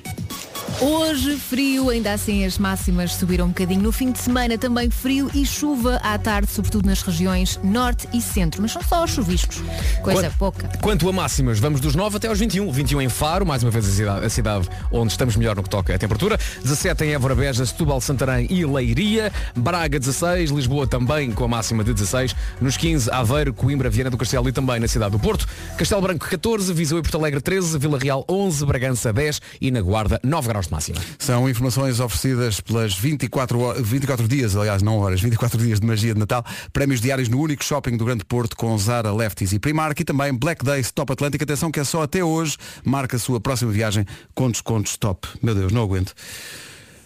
Speaker 2: Hoje frio, ainda assim as máximas subiram um bocadinho. No fim de semana também frio e chuva à tarde, sobretudo nas regiões norte e centro. Mas são só os chuviscos. Coisa
Speaker 3: Quanto-
Speaker 2: pouca.
Speaker 3: Quanto a máximas, vamos dos 9 até aos 21. 21 em Faro, mais uma vez a cidade, a cidade onde estamos melhor no que toca à temperatura. 17 em Évora Beja, Setúbal, Santarém e Leiria. Braga 16, Lisboa também com a máxima de 16. Nos 15, Aveiro, Coimbra, Viana do Castelo e também na cidade do Porto. Castelo Branco 14, Viseu e Porto Alegre 13, Vila Real 11, Bragança 10 e na Guarda 9 graus de máxima.
Speaker 1: São informações oferecidas pelas 24, ho- 24 dias, aliás, não horas, 24 dias de magia de Natal, prémios diários no único shopping do Grande Porto com Zara, Lefties e Primark e também Black Days Top Atlântico. Atenção que é só até hoje, marca a sua próxima viagem com descontos top. Meu Deus, não aguento.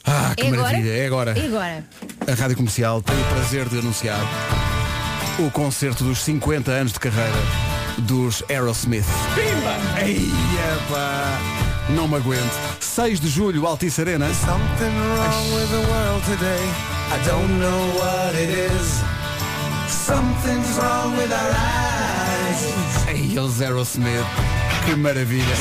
Speaker 1: Ah, que
Speaker 2: É agora? É.
Speaker 1: maravilha, é agora.
Speaker 2: E agora?
Speaker 1: A Rádio Comercial tem o prazer de anunciar o concerto dos 50 anos de carreira dos Aerosmith. Pimba! Eia, pá! Não me aguento. 6 de julho, Altice Arena. Ei, os Aerosmith. Que maravilha.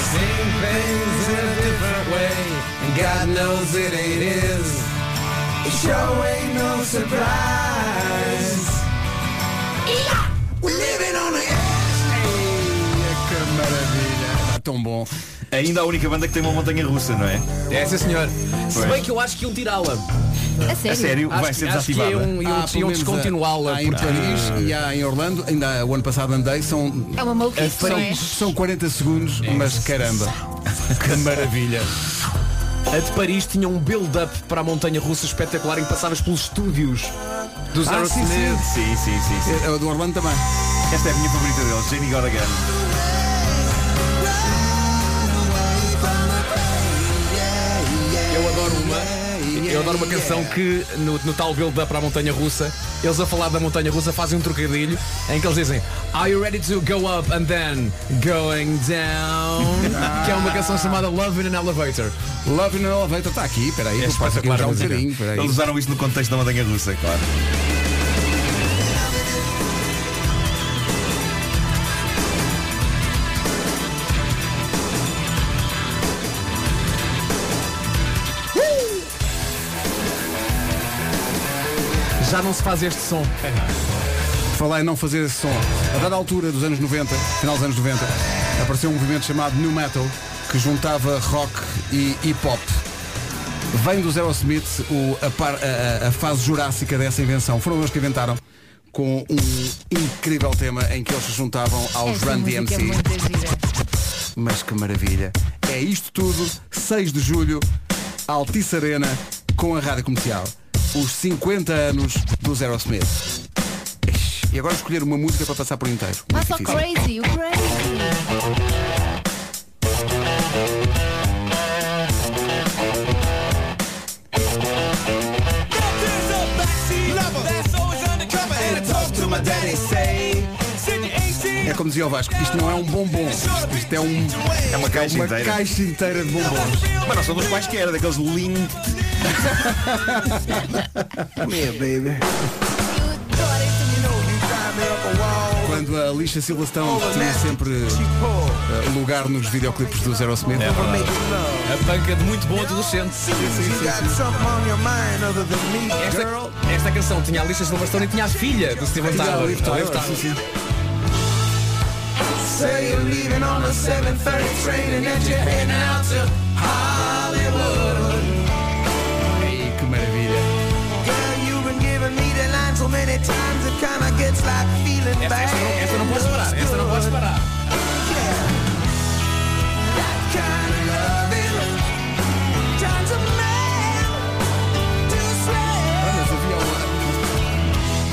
Speaker 1: Maravilha. Tão bom.
Speaker 9: Ainda a única banda que tem uma montanha russa, não é?
Speaker 3: É, sim senhor. Se
Speaker 9: Pois.
Speaker 3: bem que eu acho que iam tirá-la.
Speaker 1: É.
Speaker 2: A
Speaker 9: sério? É sério? Vai ser
Speaker 3: é
Speaker 9: desativada.
Speaker 3: E
Speaker 1: Há,
Speaker 3: iam
Speaker 1: Ah, pelo
Speaker 3: iam
Speaker 1: menos,
Speaker 3: descontinuá-la.
Speaker 1: há em
Speaker 3: porque- é
Speaker 1: Paris e há em Orlando, ainda há- o ano passado andei, são,
Speaker 2: É uma maluquice, não é?
Speaker 1: são, são 40 segundos,
Speaker 3: É.
Speaker 1: mas caramba. Que maravilha.
Speaker 3: A de Paris tinha um build-up para a montanha russa espetacular em que passavas pelos estúdios dos
Speaker 1: Ah, sim,
Speaker 3: Aerosmith.
Speaker 9: Sim, sim, sim. sim.
Speaker 1: É, é o do Orlando também.
Speaker 9: Esta é a minha favorita deles, Jenny Godagan.
Speaker 3: Eu adoro uma. Eu adoro uma canção que no, no tal build-up para a montanha russa, eles a falar da montanha russa fazem um trocadilho em que eles dizem Are you ready to go up and then going down?
Speaker 1: Ah.
Speaker 3: que é uma canção chamada Love in an Elevator.
Speaker 1: Love in an Elevator está aqui, peraí,
Speaker 3: É
Speaker 1: que eu passo aqui
Speaker 3: espetacular
Speaker 1: já
Speaker 3: a
Speaker 1: um
Speaker 3: música.
Speaker 1: bocadinho. Peraí.
Speaker 9: Eles usaram isto no contexto da montanha russa, claro.
Speaker 3: Já não se faz este som.
Speaker 1: Falar em não fazer esse som. A dada altura dos anos 90, final dos anos 90, apareceu um movimento chamado New Metal que juntava rock e hip hop. Vem dos Aerosmith o- a, par- a- a- a fase jurássica dessa invenção. Foram eles que inventaram com um incrível tema em que eles se juntavam aos
Speaker 2: Esta
Speaker 1: Run
Speaker 2: música é
Speaker 1: DMC.
Speaker 2: muito gira.
Speaker 1: Mas que maravilha. É isto tudo, 6 de julho, Altice Arena, com a Rádio Comercial. Os 50 anos dos Aerosmith. Ixi, E agora escolher uma música para passar por inteiro. Muito
Speaker 2: Passa o
Speaker 1: difícil.
Speaker 2: crazy, o crazy.
Speaker 11: É
Speaker 1: é como dizia o Vasco, isto não é um bombom. Isto, isto é um.
Speaker 12: É uma caixa
Speaker 1: uma
Speaker 12: inteira.
Speaker 1: caixa inteira de bombons.
Speaker 12: Mas não são dos quaisquer, daqueles lindo.
Speaker 1: baby. Quando a Lixa Silva Stone tinha sempre eh, lugar nos videoclipes do Zero Smith.
Speaker 9: É verdade.
Speaker 1: a banca de muito bom adolescente. Sim, sim, sim, sim.
Speaker 3: Esta, esta canção tinha a Alicia Silverstone e tinha a filha do Steven
Speaker 9: Tinha a
Speaker 3: Tyler.
Speaker 9: Liv Tyler,
Speaker 3: Liv Tyler.
Speaker 9: Say you're leaving on a 7:30 train and that you're heading out to Hollywood.
Speaker 1: Ei, que maravilha.
Speaker 9: Girl, you've been giving me the line so many times it kinda gets like feeling bad. Esta não podes parar, esta não podes parar.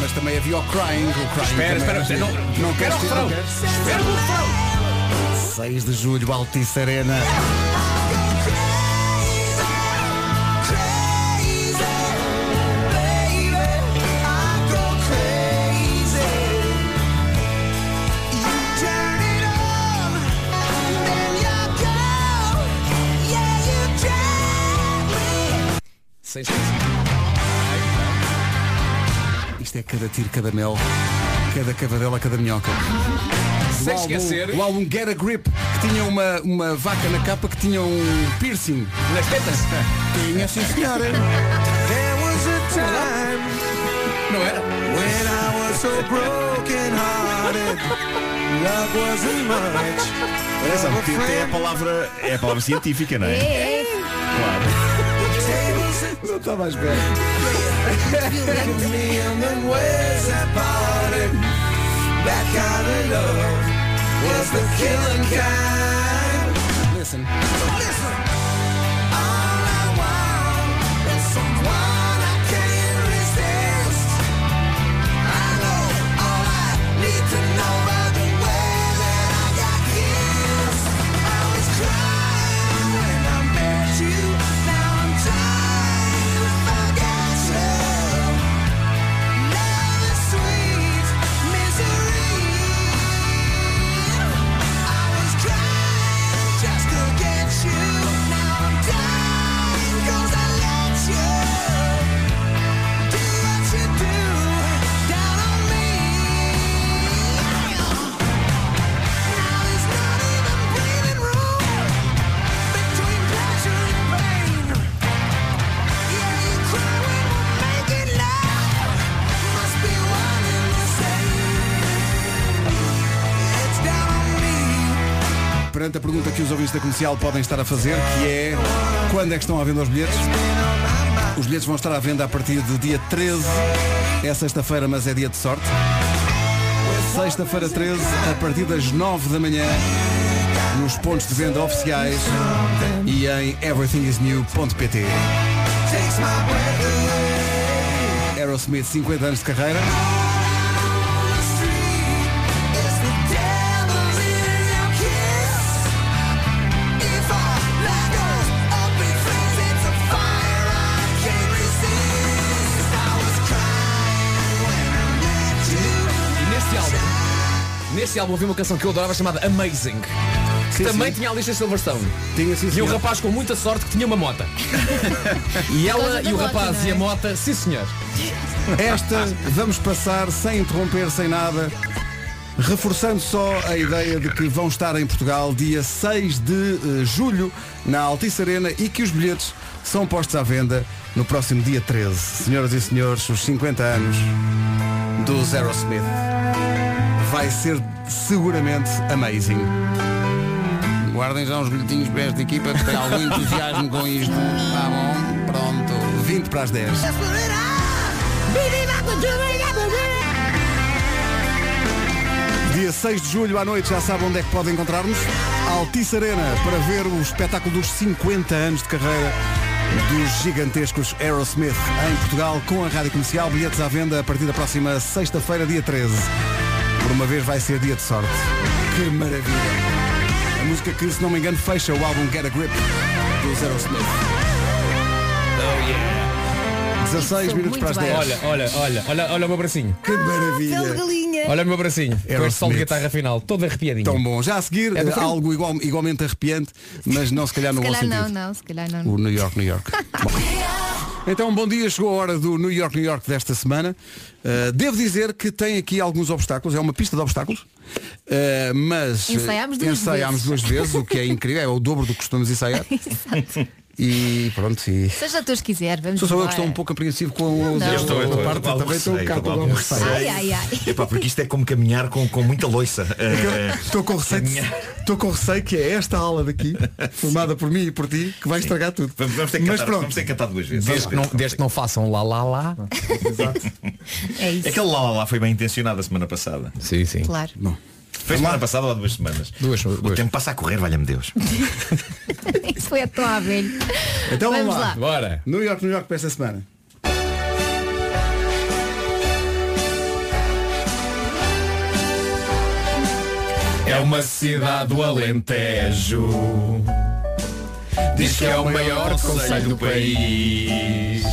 Speaker 1: Mas também havia o Crying. O crying
Speaker 9: Espera,
Speaker 1: também
Speaker 9: espera,
Speaker 1: era
Speaker 9: espera,
Speaker 1: giro.
Speaker 9: não-
Speaker 1: não queres
Speaker 9: espera o refrão. Espera o
Speaker 1: refrão. 6 de julho, Altice Arena.
Speaker 3: Seis-
Speaker 1: Isto é cada tiro, cada mel, cada cavadela, cada minhoca. Do
Speaker 3: Sem
Speaker 1: álbum-
Speaker 3: esquecer-
Speaker 1: O álbum Get a Grip, que tinha uma, uma vaca na capa que tinha um piercing. Nas tetas?
Speaker 9: *laughs*
Speaker 1: Tinha, sim senhora. Não era?
Speaker 9: When I was so broken hearted, love wasn't much.
Speaker 12: Atenção, que teta é a palavra, é a palavra científica, não é?
Speaker 1: Não estava à espera. Listen.
Speaker 9: Just to get you, now I'm dying 'cause I let you do what you do down on me. Now there's not even breathing room between pleasure and pain. Yeah, you cry when we're making love, must be one and the same. It's down on me.
Speaker 1: Perante a pergunta que os ouvintes da comercial podem estar a fazer, que é quando é que estão à venda os bilhetes? Os bilhetes vão estar à venda a partir de dia 13. É sexta-feira, mas é dia de sorte. Sexta-feira 13, a partir das 9 da manhã, nos pontos de venda oficiais e em everythingisnew.pt. Aerosmith, 50 anos de carreira.
Speaker 3: E neste álbum, neste álbum havia uma canção que eu adorava chamada Amazing. Que também tinha a Alicia Silverstone.
Speaker 1: Tinha, sim,
Speaker 3: e um rapaz com muita sorte que tinha uma *laughs* mota. e ela
Speaker 1: causa da
Speaker 3: e o
Speaker 1: mota,
Speaker 3: rapaz
Speaker 1: não é?
Speaker 3: e a mota, sim senhor.
Speaker 1: Esta vamos passar sem interromper, sem nada. Reforçando só a ideia de que vão estar em Portugal dia 6 de eh, julho na Altice Arena e que os bilhetes são postos à venda no próximo dia 13. Senhoras e senhores, os 50 anos do Zero Smith vai ser seguramente amazing. Guardem já uns bilhetinhos para esta equipa que tem algum entusiasmo com *laughs* isto. Tá bom? Pronto. 20 para as 10. Dia 6 de julho à noite, já sabe onde é que pode encontrar-nos. Altice Arena, para ver o espetáculo dos 50 anos de carreira dos gigantescos Aerosmith em Portugal com a Rádio Comercial. Bilhetes à venda a partir da próxima sexta-feira, dia 13. Por uma vez vai ser dia de sorte. Que maravilha! A música que, se não me engano, fecha o álbum Get a Grip dos Aerosmith.
Speaker 3: Oh yeah.
Speaker 1: 16 minutos para as 10.
Speaker 3: Olha, olha, olha, olha, olha o meu bracinho.
Speaker 1: Que maravilha!
Speaker 3: galinha.
Speaker 1: É.
Speaker 2: dia.
Speaker 3: Olha o meu bracinho. Com este sol de
Speaker 1: Aerosmith.
Speaker 3: guitarra final, todo arrepiadinho.
Speaker 1: Tão bom. Já a seguir,
Speaker 3: É do
Speaker 1: eh,
Speaker 3: filme.
Speaker 1: algo igual- igualmente arrepiante, mas não se calhar no
Speaker 2: Se
Speaker 1: bom
Speaker 2: calhar
Speaker 1: sentido.
Speaker 2: não, não, se calhar não.
Speaker 1: O New York, New
Speaker 2: *laughs*
Speaker 1: York. Bom. Então, bom dia, chegou a hora do New York, New York desta semana. Uh, devo dizer que tem aqui alguns obstáculos, é uma pista de obstáculos, uh, mas uh,
Speaker 2: Ensaiámos duas
Speaker 1: ensaiámos duas vezes, o que é incrível, é o dobro do que costumamos
Speaker 2: *laughs*
Speaker 1: ensaiar. e pronto, e...
Speaker 2: Seja Deus quiser, vamos
Speaker 1: Sou só eu que
Speaker 2: embora.
Speaker 1: estou um pouco apreensivo com
Speaker 2: é. Não, não.
Speaker 1: a
Speaker 2: Eu estou, eu
Speaker 9: estou,
Speaker 1: parte,
Speaker 9: estou com
Speaker 1: também estou um
Speaker 9: algum
Speaker 1: bocado com
Speaker 9: receio,
Speaker 1: algum
Speaker 9: estou
Speaker 1: receio.
Speaker 9: com
Speaker 2: Ai, ai, ai.
Speaker 9: Epá, porque isto é como caminhar com, com
Speaker 1: *laughs*
Speaker 9: muita loiça. Eh,
Speaker 1: Estou com receio, de- estou com receio que é esta aula daqui, formada por mim e por ti, que vai estragar tudo.
Speaker 9: vamos, vamos ter que
Speaker 1: Mas
Speaker 9: cantar,
Speaker 1: pronto.
Speaker 9: vamos ter que cantar duas vezes.
Speaker 3: Desde que, não, desde que não façam lá lá lá.
Speaker 2: É isso.
Speaker 9: Aquele lá, lá lá foi bem intencionado a semana passada.
Speaker 3: Sim, sim.
Speaker 2: Claro. *laughs*
Speaker 9: Foi semana passada ou há duas semanas?
Speaker 3: Duas,
Speaker 9: O tempo passa a correr, valha-me Deus.
Speaker 2: Isso foi a tua abelha.
Speaker 1: Então vamos,
Speaker 2: vamos lá.
Speaker 3: Bora.
Speaker 1: New York, New York para esta semana.
Speaker 3: É uma cidade do Alentejo. Diz que é o maior conselho do país.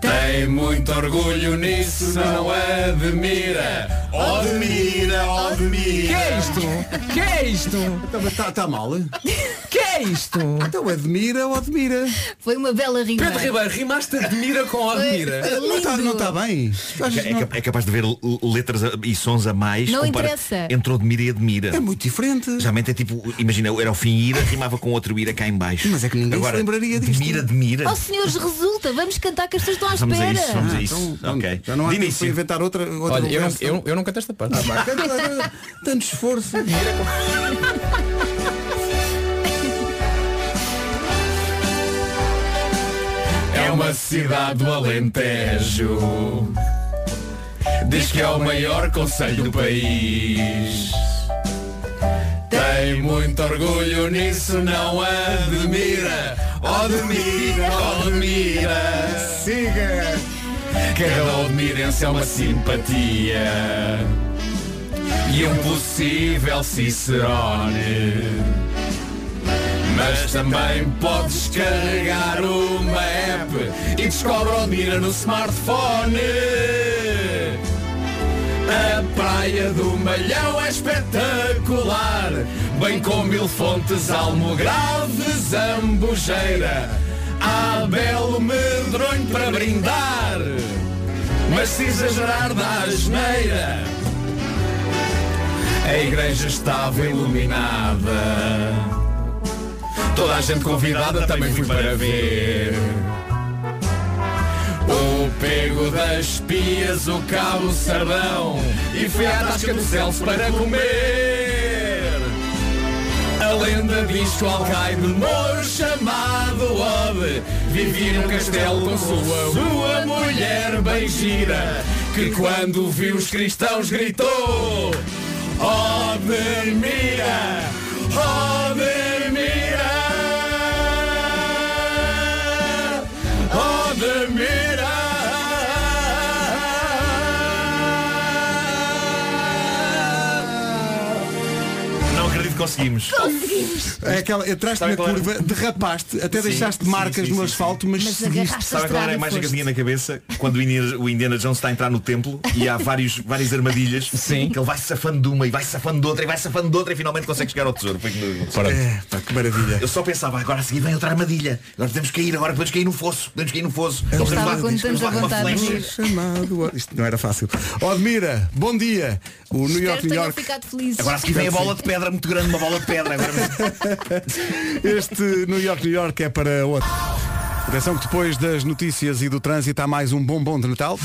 Speaker 3: Tem muito orgulho nisso, não admira.
Speaker 9: Odmira,
Speaker 3: Que
Speaker 9: Odmira.
Speaker 3: é isto? Que é isto?
Speaker 1: Está tá, mal?
Speaker 3: Que é isto?
Speaker 1: Então admira ou admira?
Speaker 2: Foi uma bela rima.
Speaker 3: Pedro Ribeiro, rimaste admira com
Speaker 2: Foi
Speaker 3: admira.
Speaker 1: Não está
Speaker 2: lindo.
Speaker 1: bem.
Speaker 9: É, cap- é capaz de ver l- letras a- e sons a mais.
Speaker 2: Não
Speaker 9: compara-
Speaker 2: interessa.
Speaker 9: Entre Odmira e Admira.
Speaker 1: É muito diferente.
Speaker 9: Geralmente é tipo, imagina, era o fim ira, rimava com outro ira cá em baixo.
Speaker 1: Mas é que ninguém se
Speaker 9: Agora,
Speaker 1: lembraria
Speaker 9: de
Speaker 1: disto.
Speaker 9: Mira, de mira.
Speaker 2: Oh senhores, resulta, vamos cantar que as pessoas estão à
Speaker 9: Vamos a isso,
Speaker 2: espera.
Speaker 9: vamos a isso.
Speaker 1: Então,
Speaker 9: ok.
Speaker 1: Já não há tempo para
Speaker 9: De início.
Speaker 1: inventar outra. outra
Speaker 3: Olha, eu não,
Speaker 1: versão.
Speaker 3: eu, eu não canto esta parte.
Speaker 1: Ah, pá, Tanto esforço.
Speaker 3: É uma cidade do Alentejo. Diz que é o maior conselho do país. Tem muito orgulho nisso, não admira. Odmira, Odmira.
Speaker 1: Siga.
Speaker 3: Cada odmirense é uma simpatia. E um possível Cicerone. Mas também podes carregar uma app e descobre Odmira no smartphone. A praia do Malhão é espetacular, bem com mil fontes, almograve, zambujeira. Há belo medronho para brindar, mas se exagerar da asneira. A igreja estava iluminada, toda a gente convidada também fui para ver. O pego das pias, o cabo sardão E fui à tasca do Celso para comer A lenda diz que o alcaide moro chamado Ode Vivia num castelo com sua, sua mulher bem gira Que quando viu os cristãos gritou Ode mira, Ode mira Ademira.
Speaker 9: Não acredito que conseguimos.
Speaker 1: É aquela, entraste
Speaker 9: Sabe
Speaker 1: na
Speaker 9: qual era?
Speaker 1: curva, derrapaste, até
Speaker 9: Sim,
Speaker 1: deixaste
Speaker 9: sim,
Speaker 1: marcas
Speaker 9: sim,
Speaker 1: no
Speaker 9: sim,
Speaker 1: asfalto, mas,
Speaker 2: Mas
Speaker 1: seguiste.
Speaker 2: agarraste a
Speaker 9: Sabe qual
Speaker 2: estrada
Speaker 9: era a
Speaker 2: e
Speaker 9: imagem que eu
Speaker 2: foste.
Speaker 9: tinha na cabeça? Quando o Indiana, o Indiana Jones está a entrar no templo e há vários, várias armadilhas
Speaker 3: Sim.
Speaker 9: que ele vai safando de uma e vai safando de outra e vai safando de outra e finalmente consegue chegar ao tesouro. Foi que-
Speaker 1: É, pá, que maravilha.
Speaker 9: Eu só pensava, agora a seguir vem outra armadilha. Agora podemos cair, agora podemos cair no fosso. Podemos cair no fosso. Agora
Speaker 2: estava
Speaker 9: podemos lá-
Speaker 2: quando estamos
Speaker 9: podemos lá
Speaker 2: à
Speaker 9: com uma
Speaker 2: vontade de
Speaker 9: flecha.
Speaker 2: rir.
Speaker 1: Chamado a- Isto não era fácil. Odmira, bom dia. O New
Speaker 2: Espero
Speaker 1: York,
Speaker 2: que
Speaker 1: New
Speaker 2: tenham
Speaker 1: York.
Speaker 2: ficado É felizes.
Speaker 9: Agora a seguir vem a bola de pedra muito grande, uma bola de pedra. Agora...
Speaker 1: Este New York, New York é para outro. Atenção que depois das notícias e do trânsito há mais um bombom de Natal.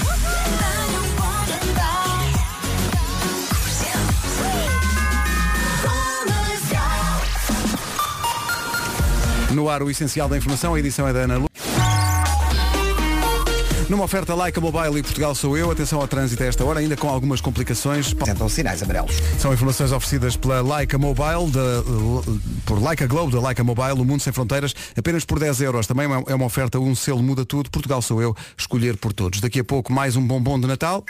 Speaker 1: No ar o essencial da informação, a edição é da Ana Lu. Numa oferta Leica Mobile e Portugal sou eu, atenção ao trânsito a esta hora, ainda com algumas complicações.
Speaker 5: Apresentam sinais amarelos.
Speaker 1: São informações oferecidas pela Leica Mobile, da, por Leica Globe, da Leica Mobile, o Mundo Sem Fronteiras, apenas por 10 euros. Também é uma- é uma oferta, um selo muda tudo, Portugal sou eu, escolher por todos. Daqui a pouco mais um bombom de Natal.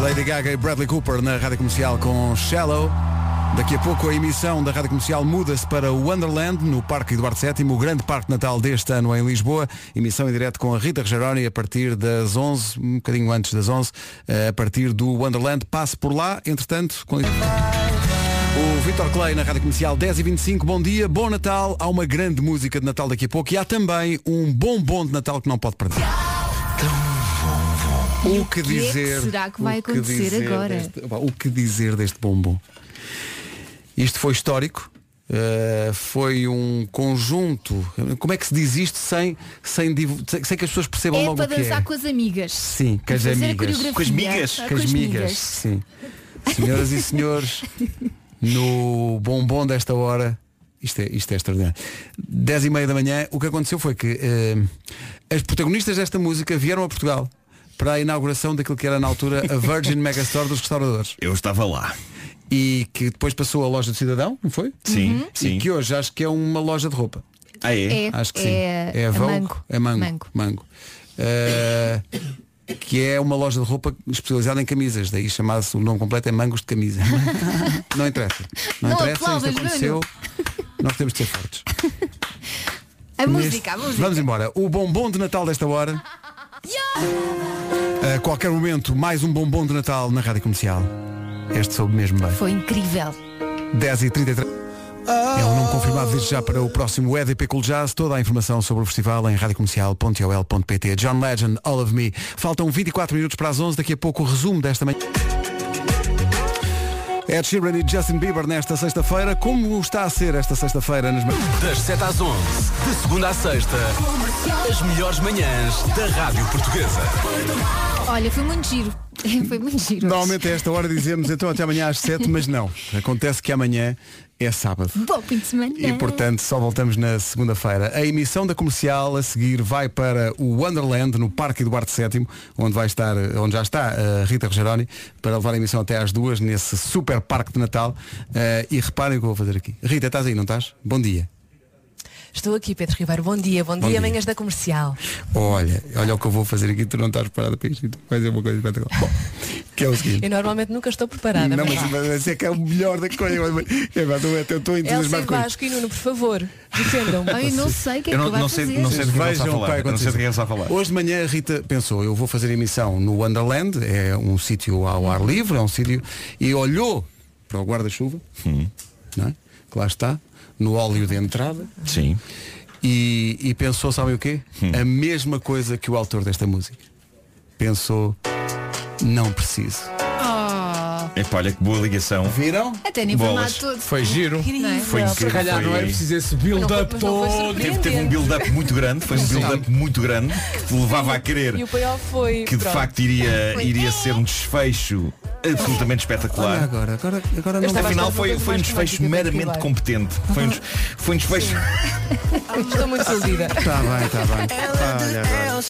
Speaker 1: Lady Gaga e Bradley Cooper na Rádio Comercial com Shallow. Daqui a pouco a emissão da Rádio Comercial muda-se para o Wonderland, no Parque Eduardo VII, o grande parque de natal deste ano em Lisboa. Emissão em direto com a Rita Rogeroni a partir das 11, um bocadinho antes das 11, eh, a partir do Wonderland. Passe por lá, entretanto... Com... O Vitor Clay na Rádio Comercial 10 e 25 bom dia, bom Natal, há uma grande música de Natal daqui a pouco e há também um bom bom de Natal que não pode perder. O que
Speaker 2: O que é que
Speaker 1: dizer?
Speaker 2: será que vai
Speaker 1: o
Speaker 2: acontecer
Speaker 1: dizer
Speaker 2: agora?
Speaker 1: deste- pá, o que dizer deste bombom? Isto foi histórico. uh, foi um conjunto. Como é que se diz isto sem, sem, div- sem sem que as pessoas percebam
Speaker 2: É
Speaker 1: logo
Speaker 2: para
Speaker 1: o que
Speaker 2: dançar
Speaker 1: é?
Speaker 2: com as amigas.
Speaker 1: Sim, com as
Speaker 2: Fazer a
Speaker 1: amigas.
Speaker 2: coreografia. Ah,
Speaker 1: Com as migas. Sim. Senhoras e senhores, no bombom desta hora, isto é, isto é extraordinário. 10 e meia da manhã, o que aconteceu foi que eh, as protagonistas desta música vieram a Portugal para a inauguração daquilo que era na altura a Virgin Megastore dos restauradores.
Speaker 9: Eu estava lá.
Speaker 1: E que depois passou a loja do cidadão, não foi?
Speaker 9: Sim, Uhum.
Speaker 1: E
Speaker 9: sim.
Speaker 1: que hoje acho que é uma loja de roupa.
Speaker 9: Ah, é? É,
Speaker 1: acho que sim.
Speaker 9: é
Speaker 1: a
Speaker 9: a
Speaker 1: Vogue,
Speaker 9: Mango.
Speaker 1: é Mango.
Speaker 9: Mango.
Speaker 1: Mango. Eh, que é uma loja de roupa especializada em camisas, daí chamava-se o nome completo é Mangos de Camisa. *laughs* Não interessa. Não,
Speaker 2: Não
Speaker 1: interessa,
Speaker 2: aplaudas,
Speaker 1: isto aconteceu. Nós temos de ser fortes.
Speaker 2: A
Speaker 1: Neste-
Speaker 2: música, a música.
Speaker 1: Vamos embora. O bombom de Natal desta hora. A qualquer momento, mais um bombom de Natal na Rádio Comercial. Este soube mesmo bem.
Speaker 2: Foi incrível.
Speaker 1: 10 e 33 É um nome confirmado desde já para o próximo EDP Cool Jazz. Toda a informação sobre o festival em radiocomercial.ol.pt John Legend, All of Me. Faltam 24 minutos para as 11. Daqui a pouco o resumo desta manhã. Ed Sheeran e Justin Bieber nesta sexta-feira. Como está a ser esta sexta-feira nas manhãs?
Speaker 4: Das 7 às 11, de segunda à sexta, as melhores manhãs da Rádio Portuguesa.
Speaker 2: Olha, foi muito giro. *laughs* Foi muito giro.
Speaker 1: Normalmente a esta hora dizemos então até amanhã às 7, mas não. Acontece que amanhã é sábado.
Speaker 2: *laughs* Bom fim de semana.
Speaker 1: E portanto só voltamos na segunda-feira. A emissão da comercial a seguir vai para o Wonderland, no Parque Eduardo VII, onde vai estar, onde já está a Rita Rogeroni, para levar a emissão até às duas, nesse super parque de Natal. Eh, e reparem o que eu vou fazer aqui. Rita, estás aí, não estás? Bom dia.
Speaker 13: Estou aqui, Pedro Ribeiro. Bom dia, bom,
Speaker 1: Bom dia.
Speaker 13: dia, manhãs da comercial.
Speaker 1: Olha, olha o que eu vou fazer aqui, tu não estás preparada para isto, e tu vais dizer uma coisa espetacular. Bom, que é o seguinte.
Speaker 13: Eu normalmente nunca estou preparada.
Speaker 1: Não,
Speaker 13: mas
Speaker 1: mas,
Speaker 13: vá.
Speaker 1: mas é que é o melhor da coisa. Eu estou- eu estou
Speaker 13: Elsa e
Speaker 1: entusiasmado com isto.
Speaker 13: Vasco e Nuno, por favor, defendam-me.
Speaker 2: Ai, não sei o que é
Speaker 1: Eu
Speaker 2: que
Speaker 1: não-
Speaker 2: vai
Speaker 1: não
Speaker 2: fazer.
Speaker 1: sei-
Speaker 9: Não sei de quem
Speaker 1: Vejam
Speaker 9: ele está
Speaker 1: o
Speaker 9: a
Speaker 1: que vai
Speaker 9: falar. Eu Não sei de quem ele está a falar.
Speaker 1: Hoje de manhã a Rita pensou, eu vou fazer emissão no Wonderland, é um sítio ao ar livre, é um sítio, e olhou para o guarda-chuva, não é? que lá está, no óleo de entrada.
Speaker 9: Sim.
Speaker 1: E, e pensou, sabem o quê? A mesma coisa que o autor desta música. Pensou, não preciso.
Speaker 2: Oh.
Speaker 9: Epá, olha que boa ligação.
Speaker 1: Viram?
Speaker 2: Até nem foi
Speaker 9: Bolas.
Speaker 2: mal todo.
Speaker 9: Foi giro.
Speaker 2: Incrível.
Speaker 9: Foi
Speaker 2: Se
Speaker 9: incrível.
Speaker 3: calhar
Speaker 9: Foi-
Speaker 3: não era preciso esse build-up
Speaker 13: Mas não foi
Speaker 3: todo.
Speaker 9: Teve, teve um build-up muito grande, foi um build-up muito grande que te levava a
Speaker 13: E o
Speaker 9: querer
Speaker 13: payoff foi.
Speaker 9: que de
Speaker 13: pronto.
Speaker 9: facto iria, iria ser um desfecho absolutamente espetacular.
Speaker 1: Agora, agora, agora
Speaker 13: Eu estava à
Speaker 9: Afinal
Speaker 13: espera de uma
Speaker 9: foi,
Speaker 13: coisa
Speaker 9: foi um
Speaker 13: mais
Speaker 9: desfecho
Speaker 13: romântica,
Speaker 9: meramente
Speaker 13: tranquila.
Speaker 9: competente. Foi um, des- foi um desfecho.
Speaker 13: Ah, Estou muito desiludida.
Speaker 1: Está bem, está bem. Olha agora.